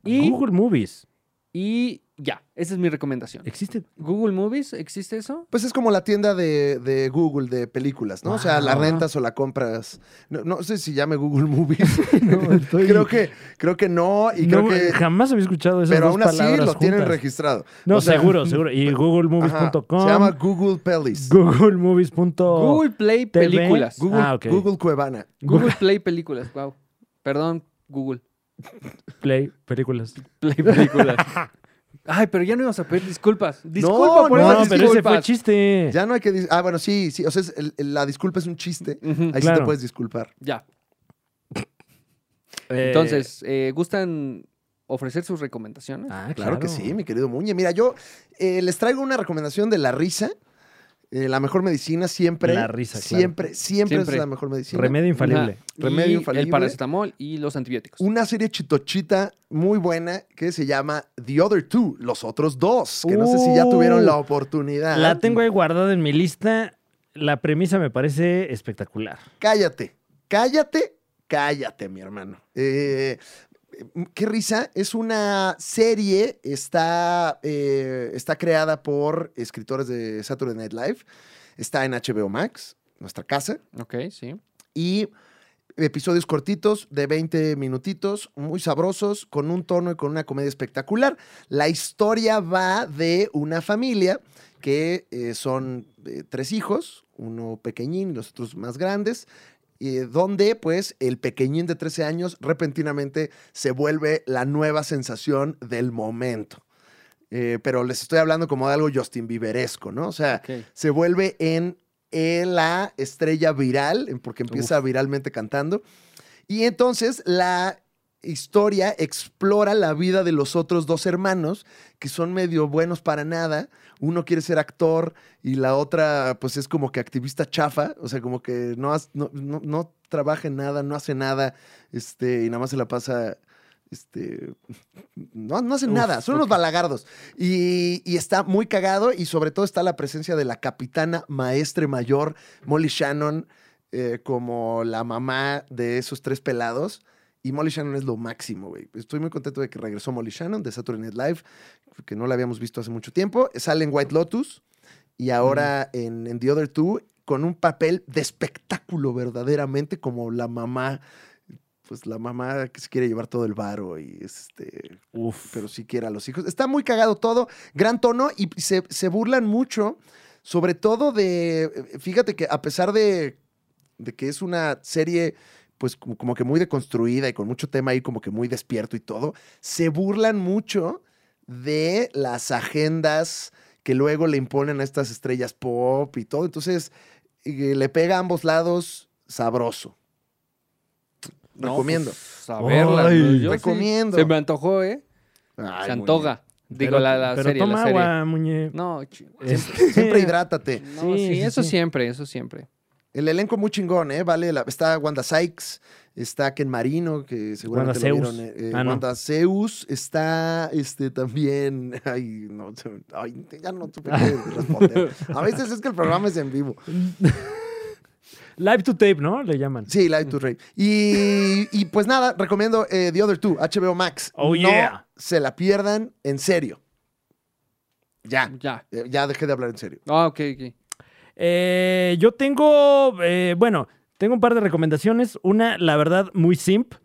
Y,
Google Movies.
y ya, esa es mi recomendación.
¿Existe?
Google Movies, ¿existe eso?
Pues es como la tienda de, de Google de películas, ¿no? O sea, la
Wow.
rentas o la compras. No, no sé si llame
(laughs)
Google Movies.
No, estoy-
(laughs) creo, que, creo que no. Y creo
No,
que.
Jamás había escuchado esas
Pero
dos
aún así lo
palabras
tienen
juntas.
registrado.
No,
O sea,
seguro, seguro.
(laughs)
Y
ajá,
googlemovies.com.
Se llama Google Pelis.
googlemovies. Oh.
Google Play
TV.
Películas.
Gu-
Google,
Ah, ok.
Google Cuevana.
Google Play Películas, wow. Perdón, Google
Play, películas. (laughs)
Play Películas. Ay, pero ya no íbamos a pedir disculpas. Disculpa
No,
por
no,
esas
pero ese fue
disculpas.
chiste.
pues, Ya no hay que. dis- Ah, bueno, sí, sí. O sea, es el- el- la disculpa es un chiste.
Ujú,
Ahí sí te
Claro.
puedes disculpar.
ya.
Eh,
Entonces, eh, ¿gustan ofrecer sus recomendaciones?
ah,
Claro, que sí, mi querido Muñe. Mira, yo eh, les traigo una recomendación de la risa. Eh, la mejor medicina siempre.
La risa, claro.
siempre, siempre,
Siempre.
es la mejor medicina.
Remedio infalible.
Ajá.
Remedio
Y
infalible.
El paracetamol y los antibióticos.
Una serie chitochita muy buena que se llama The Other Two, Los Otros Dos, que no sé si ya tuvieron la oportunidad.
La tengo ahí guardada en mi lista. La premisa me parece espectacular.
Cállate, cállate, cállate, mi hermano. Eh, qué risa, es una serie, está, eh, está creada por escritores de Saturday Night Live, está en HBO Max, nuestra casa,
Ok, sí.
y episodios cortitos de 20 minutitos, muy sabrosos, con un tono y con una comedia espectacular. La historia va de una familia que eh, son eh, tres hijos, uno pequeñín y los otros más grandes. eh, donde pues el pequeñín de 13 años repentinamente se vuelve la nueva sensación del momento. Eh, pero les estoy hablando como de algo Justin Bieberesco, ¿no? O sea,
Ok.
se vuelve en, en la estrella viral, en- porque empieza viralmente cantando. Y entonces la historia explora la vida de los otros dos hermanos, que son medio buenos para nada. Uno quiere ser actor y la otra, pues es como que activista chafa, o sea, como que no, has- no, no- no trabaja en nada, no hace nada, este, y nada más se la pasa. Este, no, no hacen
Uf,
nada, son unos
ok.
balagardos. Y, y está muy cagado y sobre todo está la presencia de la capitana maestre mayor, Molly Shannon, eh, como la mamá de esos tres pelados. Y Molly Shannon es lo máximo, güey. Estoy muy contento de que regresó Molly Shannon de Saturday Night Live, que no la habíamos visto hace mucho tiempo. Sale en White Lotus y ahora en, en The Other Two con un papel de espectáculo verdaderamente como la mamá, pues la mamá que se quiere llevar todo el varo y este,
Uf.
pero sí quiere a los hijos. Está muy cagado todo, gran tono y se, se burlan mucho, sobre todo de, fíjate que a pesar de, de que es una serie pues como, como que muy deconstruida y con mucho tema ahí como que muy despierto y todo, se burlan mucho de las agendas que luego le imponen a estas estrellas pop y todo. Entonces, eh, le pega a ambos lados sabroso.
No,
Recomiendo.
pues, a verla,
Ay,
¿no? Yo sí-
recomiendo.
se me antojó, ¿eh?
Ay,
se antoja. Digo,
Pero-
la, la
pero
serie,
toma
la serie.
agua, muñe.
No, ch-
Este-
Siempre hidrátate.
no,
Sí,
sí,
sí,
eso
sí.
siempre, eso siempre.
El elenco muy chingón, ¿eh? Vale, la- está Wanda Sykes, está Ken Marino, que seguramente
Wanda
lo
Zeus.
vieron. eh, eh,
Ah, no.
Wanda Zeus está este, también... (laughs) Ay, no, se- ay, ya no
(laughs)
tuve que responder. A veces es que el programa es en vivo.
(laughs) Live to tape, ¿no? Le llaman.
Sí, Live to Rave. Y, y pues nada, recomiendo eh, The Other Two, HBO Max.
Oh,
no
yeah.
se la pierdan, en serio. Ya,
Ya.
eh, ya dejé de hablar en serio.
Ah, ok, ok.
Eh, yo tengo, eh, bueno, tengo un par de recomendaciones. Una, la verdad, muy simp,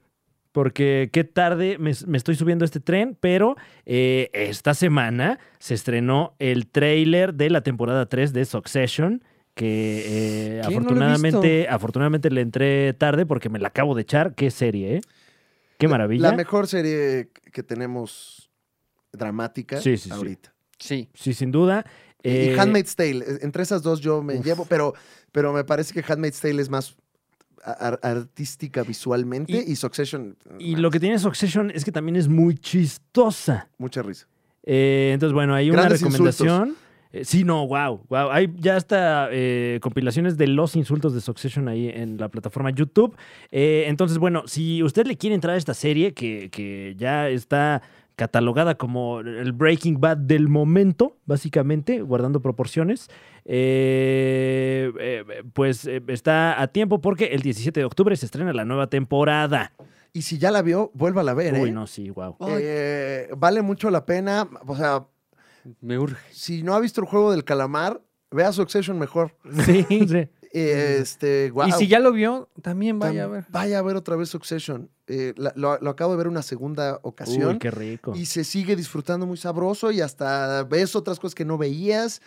porque qué tarde me, me estoy subiendo a este tren, pero eh, esta semana se estrenó el tráiler de la temporada 3 de Succession, que eh,
¿Qué? No lo he
afortunadamente, afortunadamente le entré tarde porque me la acabo de echar. Qué serie, ¿eh? Qué maravilla.
La mejor serie que tenemos dramática
Sí, sí, sí.
ahorita.
Sí.
Sí, sin duda.
y
Eh,
Handmaid's Tale, eh, entre esas dos yo me llevo, pero, pero me parece que Handmaid's Tale es más a- ar- artística visualmente y, Succession,
y lo que tiene Succession es que también es muy chistosa.
mucha risa.
Eh, entonces, bueno, hay una
Grandes
recomendación. Eh, sí, no, wow, wow. Hay ya hasta eh, compilaciones de los insultos de Succession ahí en la plataforma YouTube. Eh, entonces, bueno, si usted le quiere entrar a esta serie que, que ya está catalogada como el Breaking Bad del momento, básicamente, guardando proporciones, eh, eh, pues eh, está a tiempo porque el 17 de octubre se estrena la nueva temporada.
Y si ya la vio, vuelva a la ver,
Uy,
¿eh?
no, sí,
(laughs)
wow.
Eh, vale mucho la pena, o sea,
Me urge.
si no ha visto el juego del calamar, vea Succession mejor.
Sí, sí.
Eh, Este, guau.
Mm. Y si ya lo vio, también
Tam-
vaya a ver.
vaya a ver otra vez Succession. Eh, la- lo, lo acabo de ver una segunda ocasión.
Uy, qué rico.
y se sigue disfrutando muy sabroso y hasta ves otras cosas que no veías.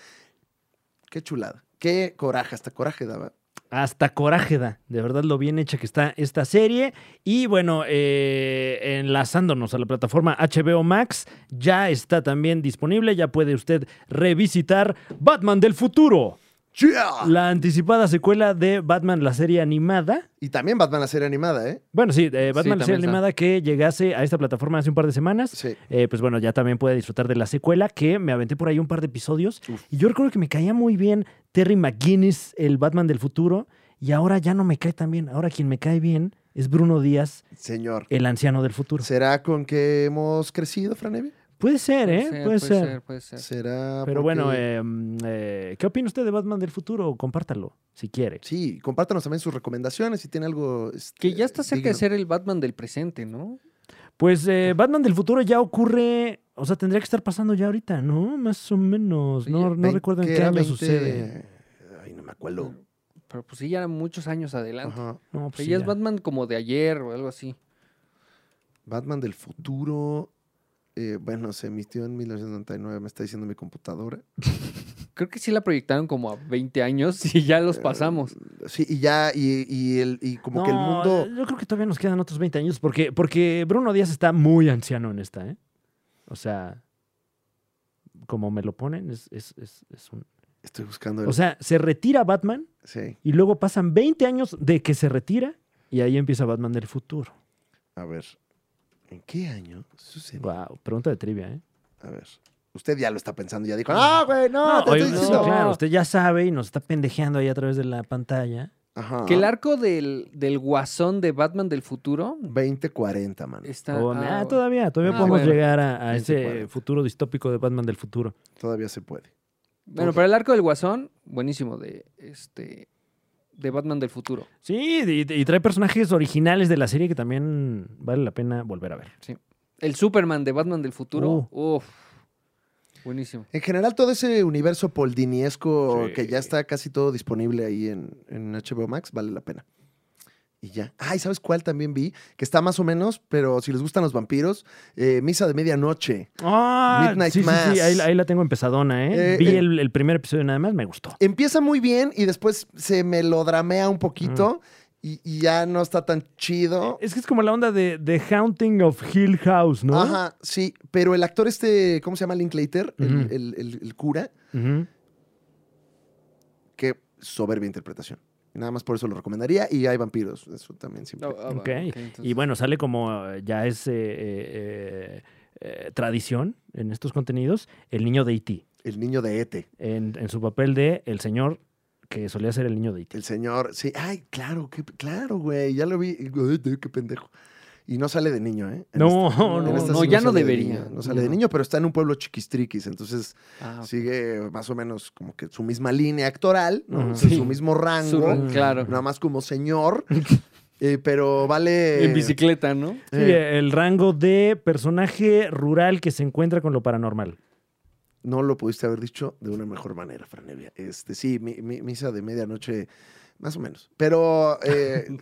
Qué chulada. Qué coraje, hasta coraje daba.
Hasta coraje da, de verdad lo bien hecha que está esta serie. Y bueno, eh, enlazándonos a la plataforma HBO Max, ya está también disponible, ya puede usted revisitar Batman del futuro,
Ah.
¡Yeah!
la anticipada secuela de Batman, la serie animada.
Y también Batman la serie animada, ¿eh?
Bueno, sí, eh, Batman, la serie
también está.
animada que llegase a esta plataforma hace un par de semanas.
Sí.
Eh, pues bueno, ya también puede disfrutar de la secuela que me aventé por ahí un par de episodios.
Uf.
Y yo recuerdo que me caía muy bien Terry McGuinness, el Batman del futuro, y ahora ya no me cae tan bien. Ahora quien me cae bien es Bruno Díaz,
Señor.
el anciano del futuro.
¿Será con que hemos crecido, Franevi?
Puede ser, ¿eh? Puede, ser.
puede ser.
¿Será
Pero
porque-
bueno, eh, mm, eh, ¿qué opina usted de Batman del futuro? Compártalo, si quiere.
Sí, compártanos también sus recomendaciones si tiene algo... este,
Que ya está cerca de
digno.
ser el Batman del presente, ¿no?
Pues eh, Batman del futuro ya ocurre, o sea, tendría que estar pasando ya ahorita, ¿no? Más o menos.
Sí,
No, no
Vein-
recuerdo en
que
qué
era
año
20
sucede.
Ay, no me acuerdo.
Pero pues sí, ya eran muchos años adelante.
Ajá.
No, pues
Pero
sí,
ya es
ya.
Batman como de ayer o algo así.
Batman del futuro... eh, bueno, se emitió en 1999, me está diciendo mi computadora.
Creo que sí la proyectaron como a 20 años y ya los
Eh,
pasamos.
Sí, y ya, y, y el, y como que el
No,
mundo...
Yo creo que todavía nos quedan otros 20 años porque, porque Bruno Díaz está muy anciano en esta, ¿eh? O sea, como me lo ponen, es, es- es- es un.
Estoy buscando el...
O sea, se retira Batman
sí,
y luego pasan 20 años de que se retira y ahí empieza Batman del futuro.
a ver. ¿En qué año sucedió?
Wow, pregunta de trivia, ¿eh?
A ver. Usted ya lo está pensando, ya dijo, ¡ah, güey, no! te
Oye,
estoy
sí,
diciendo".
claro, usted ya sabe y nos está pendejeando ahí a través de la pantalla.
Ajá.
Que el arco del, del guasón de Batman del futuro
2040, mano.
está.
O-
ah,
ah, todavía, todavía
Ah,
podemos
bueno.
llegar a, a
20,
ese
40.
futuro distópico de Batman del futuro.
Todavía se puede.
Bueno, pero el arco del guasón, buenísimo, de este. De Batman del futuro.
Sí, y, y trae personajes originales de la serie que también vale la pena volver a ver.
El Superman de Batman del futuro.
Uh.
Uf. Buenísimo.
En general, todo ese universo poldiniesco que ya está casi todo disponible ahí en, en HBO Max, vale la pena. Y ya. Ay, ¿sabes cuál también vi? Que está más o menos, pero si les gustan los vampiros, eh, Misa de Medianoche.
Ah,
Midnight
sí, sí, sí,
Mass.
ahí, ahí la tengo empezadona, ¿eh?
Eh,
Vi
eh.
El, el primer episodio nada más, me gustó. Mm.
empieza muy bien y después se melodramea un poquito. y, y ya no está tan chido.
Es que es como la onda de The Haunting of Hill House, ¿no?
Ajá, sí, pero el actor este, ¿cómo se llama? Linklater, el,
Ujú.
el- el- el cura,
Ujú.
qué soberbia interpretación. Y nada más por eso lo recomendaría. Y hay vampiros, eso también siempre.
Ah, ah, va,
Ok.
ok,
Y
entonces-
bueno, sale como eh, ya es eh, eh, eh, eh, tradición en estos contenidos, el niño de Haití,
El niño de E Ete,
en, en su papel de el señor que solía ser el niño de E Haití.
el señor. Sí, ay, claro, qué, claro, güey, ya lo vi. Uy, qué pendejo. Y no sale de niño, ¿eh? En
No,
(laughs)
esta-
no,
en
no,
esta
no, ya no
sale de
debería.
niño, no sale
Ya
de
no.
niño, pero está en un pueblo chiquistriquis, entonces
Ah, ok.
sigue más o menos como que su misma línea actoral, ¿no?
Ujú.
O sea,
Sí.
su mismo rango,
Su ron- claro.
nada más como señor, eh, pero vale... eh,
En
eh,
bicicleta, ¿no?
Sí, el rango de personaje rural que se encuentra con lo paranormal.
No lo pudiste haber dicho de una mejor manera, Franevia. Este, sí, mi, mi- misa de medianoche, más o menos. Pero eh,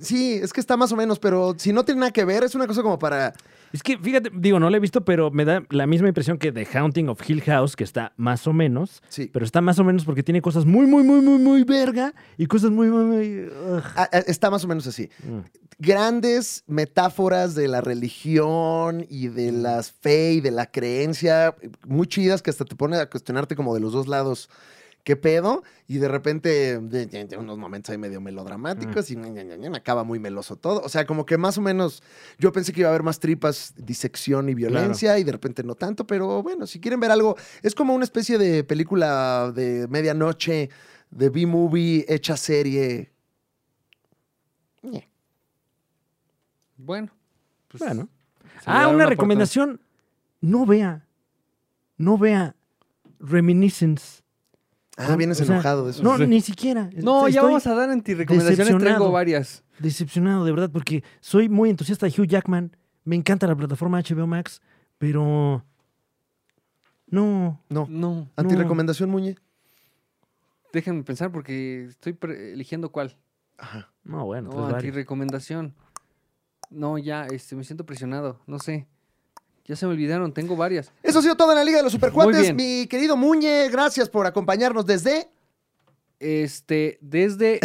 sí, es que está más o menos, pero si no tiene nada que ver, es una cosa como para.
Es que, fíjate, digo, no lo he visto, pero me da la misma impresión que The Haunting of Hill House, que está más o menos,
Sí.
pero está más o menos porque tiene cosas muy, muy, muy, muy, muy verga y cosas muy, muy, muy... ugh.
Ah, ah, está más o menos así.
Mm.
Grandes metáforas de la religión y de la fe y de la creencia, muy chidas que hasta te pone a cuestionarte como de los dos lados. ¿Qué pedo? Y de repente, de, de- de unos momentos ahí medio melodramáticos y ña, ña, ña, ña, acaba muy meloso todo. O sea, como que más o menos yo pensé que iba a haber más tripas, disección y violencia y de repente no tanto, pero bueno, si quieren ver algo, es como una especie de película de medianoche, de B-movie, hecha serie. Ñe.
Bueno. pues,
Bueno.
se le
Ah,
da
una
oportunidad.
recomendación. No vea. No vea Reminiscence.
Ah, vienes
O sea,
enojado de eso.
No,
Sí.
ni siquiera.
No, ya
Estoy
vamos a dar antirecomendaciones. Traigo
decepcionado.
varias.
Decepcionado, de verdad, porque soy muy entusiasta de Hugh Jackman. Me encanta la plataforma HBO Max, pero. No.
No.
No.
Antirecomendación, Muñe.
Déjenme pensar porque estoy pre- eligiendo cuál.
Ajá.
No, bueno,
No,
pues varios.
antirecomendación. No, ya, este, me siento presionado. No sé. Ya se me olvidaron, tengo varias.
Eso ha sido todo en la Liga de los
Muy
Supercuates.
bien.
Mi querido Muñe, gracias por acompañarnos desde
Este, desde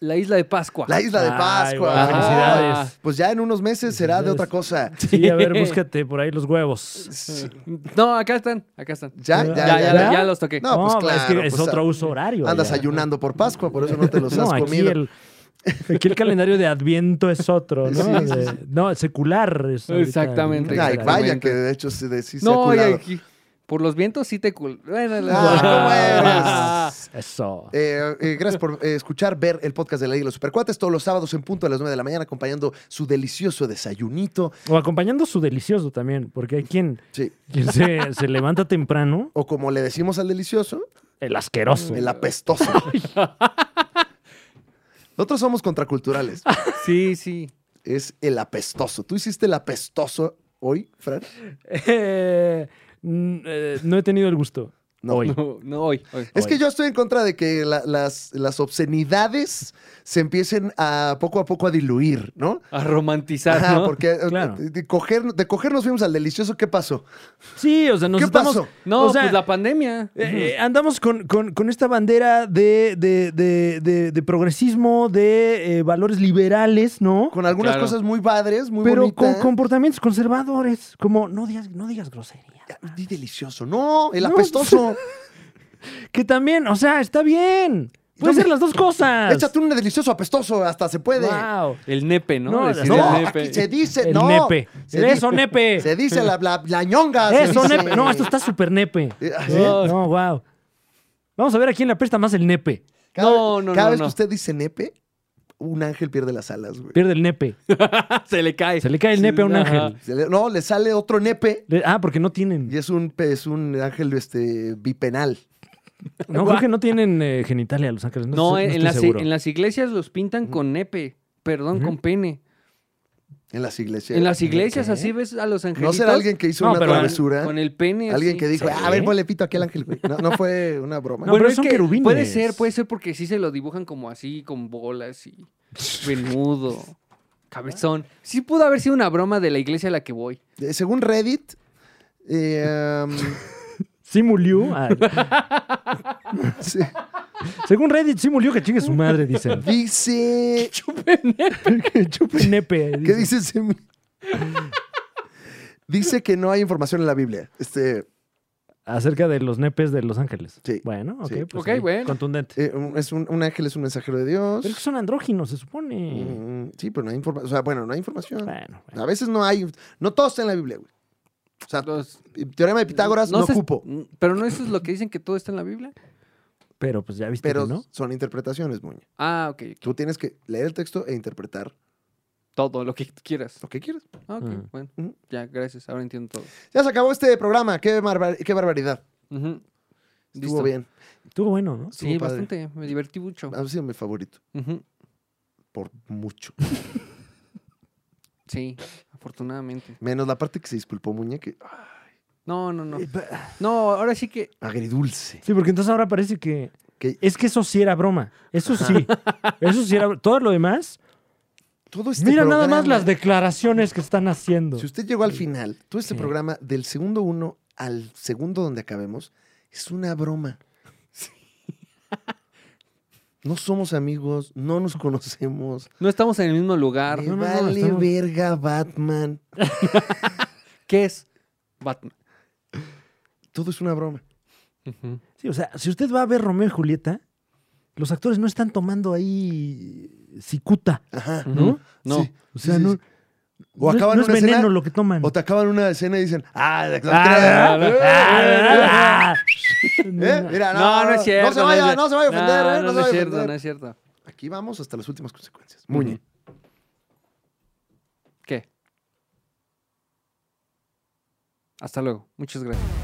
la isla de Pascua.
la Isla de
Ay,
Pascua.
guau, felicidades.
Ah.
Pues ya en unos meses será de otra cosa.
Sí, a ver, búscate por ahí los huevos.
Sí.
(laughs) No, acá están, acá están.
Ya,
Ya,
ya,
Ya, ya,
ya.
¿verdad?
ya los toqué.
No, pues
es que
claro,
es
pues,
otro
ah,
uso horario.
Andas
ya.
ayunando por Pascua, por eso no te los has
No, aquí
comido.
el, aquí el calendario de Adviento es otro, ¿no?
Sí, sí,
De-
sí.
no, secular. es ahorita.
Exactamente,
Ay,
exactamente.
vaya que de hecho se, de, sí se ha
no, y
culado.
aquí, por los vientos sí te cul... Bueno,
Ah, ¿cómo eres?
Eso.
Eh, eh, gracias por eh, escuchar, ver el podcast de la Liga de los Supercuates todos los sábados en punto a las 9 de la mañana acompañando su delicioso desayunito.
O acompañando su delicioso también, porque hay quien,
Sí.
quien
(laughs)
se, se levanta temprano,
O como le decimos al delicioso,
el asqueroso.
el apestoso.
(laughs)
Nosotros somos contraculturales.
Sí, sí.
Es el apestoso. ¿Tú hiciste el apestoso hoy, Fran?
Eh, mm, eh, no he tenido el gusto
No.
hoy.
No, no, hoy, hoy.
Es que
Hoy.
yo estoy en contra de que la- las, las obscenidades se empiecen a poco a poco a diluir, ¿no?
A romantizar,
Ajá,
¿no?
porque eh,
Claro.
de, de coger, de coger nos fuimos al delicioso, ¿qué pasó?
Sí, o sea, nos
¿Qué
estamos...
pasó?
No,
o sea,
pues la pandemia.
eh, eh, andamos con, con- con esta bandera de, de- de- de- de progresismo, de eh, valores liberales, ¿no?
Con algunas
Claro.
cosas muy padres, muy ¿eh?
Pero con
bonitas.
comportamientos conservadores, como no digas, no digas groserías. man.
Di delicioso. No, el
No.
apestoso.
Que también, o sea, está bien. Pueden
Yo-
ser las dos cosas.
(laughs) Échate un delicioso apestostoso, hasta se puede.
Wow.
El nepe, ¿no?
No,
Decir
no,
No,
el
aquí se dice,
El
no.
nepe.
Se
Eso,
dice-
nepe.
(laughs) Se dice la, la, la ñonga. se
Eso,
dice.
nepe. Eh, No, esto está súper nepe.
Eh, ah,
Sí, No, wow. Vamos a ver a quién le apesta más el nepe.
Cada,
No, no,
cada
no,
vez
no.
que usted dice nepe, un ángel pierde las alas, güey.
Pierde el nepe.
(laughs)
Se le cae.
Se le cae el
Sí,
nepe a un
ajá.
ángel.
Se le- no, le sale otro nepe
Le- Ah, porque no
(laughs)
tienen.
y es un, pe- es un ángel este, bipenal.
No, creo que no tienen eh, genitalia los ángeles. No,
No,
estoy- no
en,
estoy
las,
seguro.
en las iglesias los pintan con nepe. Perdón,
Ujú.
con pene.
En las iglesias.
En las iglesias
¿Qué?
así ves a los angelitos.
¿No será alguien que hizo
No,
una
pero-
travesura?
Con el pene.
Alguien
así.
que dijo, "Ah,
Sí.
a ver, ponle pito aquí al ángel, güey. No, no fue una broma.
No, pero son querubines.
Puede ser, puede ser porque sí se lo dibujan como así, con
(laughs)
bolas y venudo, cabezón. Sí pudo haber sido una broma de la iglesia a la que voy.
Eh, Según Reddit, (laughs) eh, um,
Simuliu. ah,
sí.
Según Reddit, sí murió que chingue su madre, dicen.
Dice. (laughs)
Chupe nepe.
¿Qué
dicen.
dice Semi? (laughs) Dice que no hay información en la Biblia. Este,
Acerca de los nepes de Los Ángeles.
Sí.
Bueno, ok.
Sí.
Pues
Ok,
ahí,
bueno.
Contundente.
eh, un- es un, un ángel es un mensajero de Dios.
Pero es que son andróginos, se supone.
Mm, sí, pero no hay información. O sea, bueno, no hay información.
Bueno, bueno.
A veces Mm. no hay. No todo está en la Biblia, güey. O sea,
Los-
el teorema de Pitágoras no,
se-
cupo.
Pero no eso es lo que dicen que todo está en la Biblia.
Pero pues ya viste
Pero
que no.
son interpretaciones, Muñe.
Ah, ok. ok.
Tú tienes que leer el texto e interpretar
Todo lo que quieras.
lo que quieras.
Ah, ok,
Ujú.
bueno.
Ujú.
Ya, gracias. Ahora entiendo todo.
Ya se acabó este programa. Qué, barbar- qué barbaridad.
Ujú.
Estuvo
Listo.
bien.
Estuvo bueno, ¿no?
Estuvo
Sí,
padre. Ah.
bastante. Me divertí mucho.
Ha sido mi favorito.
Ujú.
Por mucho.
Sí, afortunadamente.
Menos la parte que se disculpó Muñe, que
No, no, no.
Eh, pa-
No, ahora sí que.
agridulce.
Sí, porque entonces ahora parece que.
Que-
Es que eso sí era broma. Eso sí. Eso sí era. br- Todo lo demás.
Todo este
Mira nada
programa-
más las declaraciones que están haciendo.
Si usted llegó al final, todo este
Sí.
programa, del segundo uno al segundo donde acabemos, es una broma. (laughs) No somos amigos, no nos conocemos.
No estamos en el mismo lugar.
Me
no, no,
vale
estamos-
verga Batman.
¿Qué es Batman?
Todo es una broma.
Sí, o sea, si usted va a ver Romeo y Julieta, los actores no están tomando ahí cicuta,
Ajá.
¿no?
No.
Sí,
O
sí,
sea,
sí,
no,
sí. O
no es-
acaban
no es
una
veneno
escena.
lo que toman.
O te acaban una escena y dicen, ah,
Ah, ah, ah, ah.
¿Eh? Mira, no,
No, no es cierto.
No se vaya, no se vaya a ofender,
No,
¿eh?
no,
No
es
se vaya a
cierto, no
ofender.
es cierto.
Aquí vamos hasta las últimas consecuencias. Muñe.
¿Qué? Hasta luego. Muchas gracias.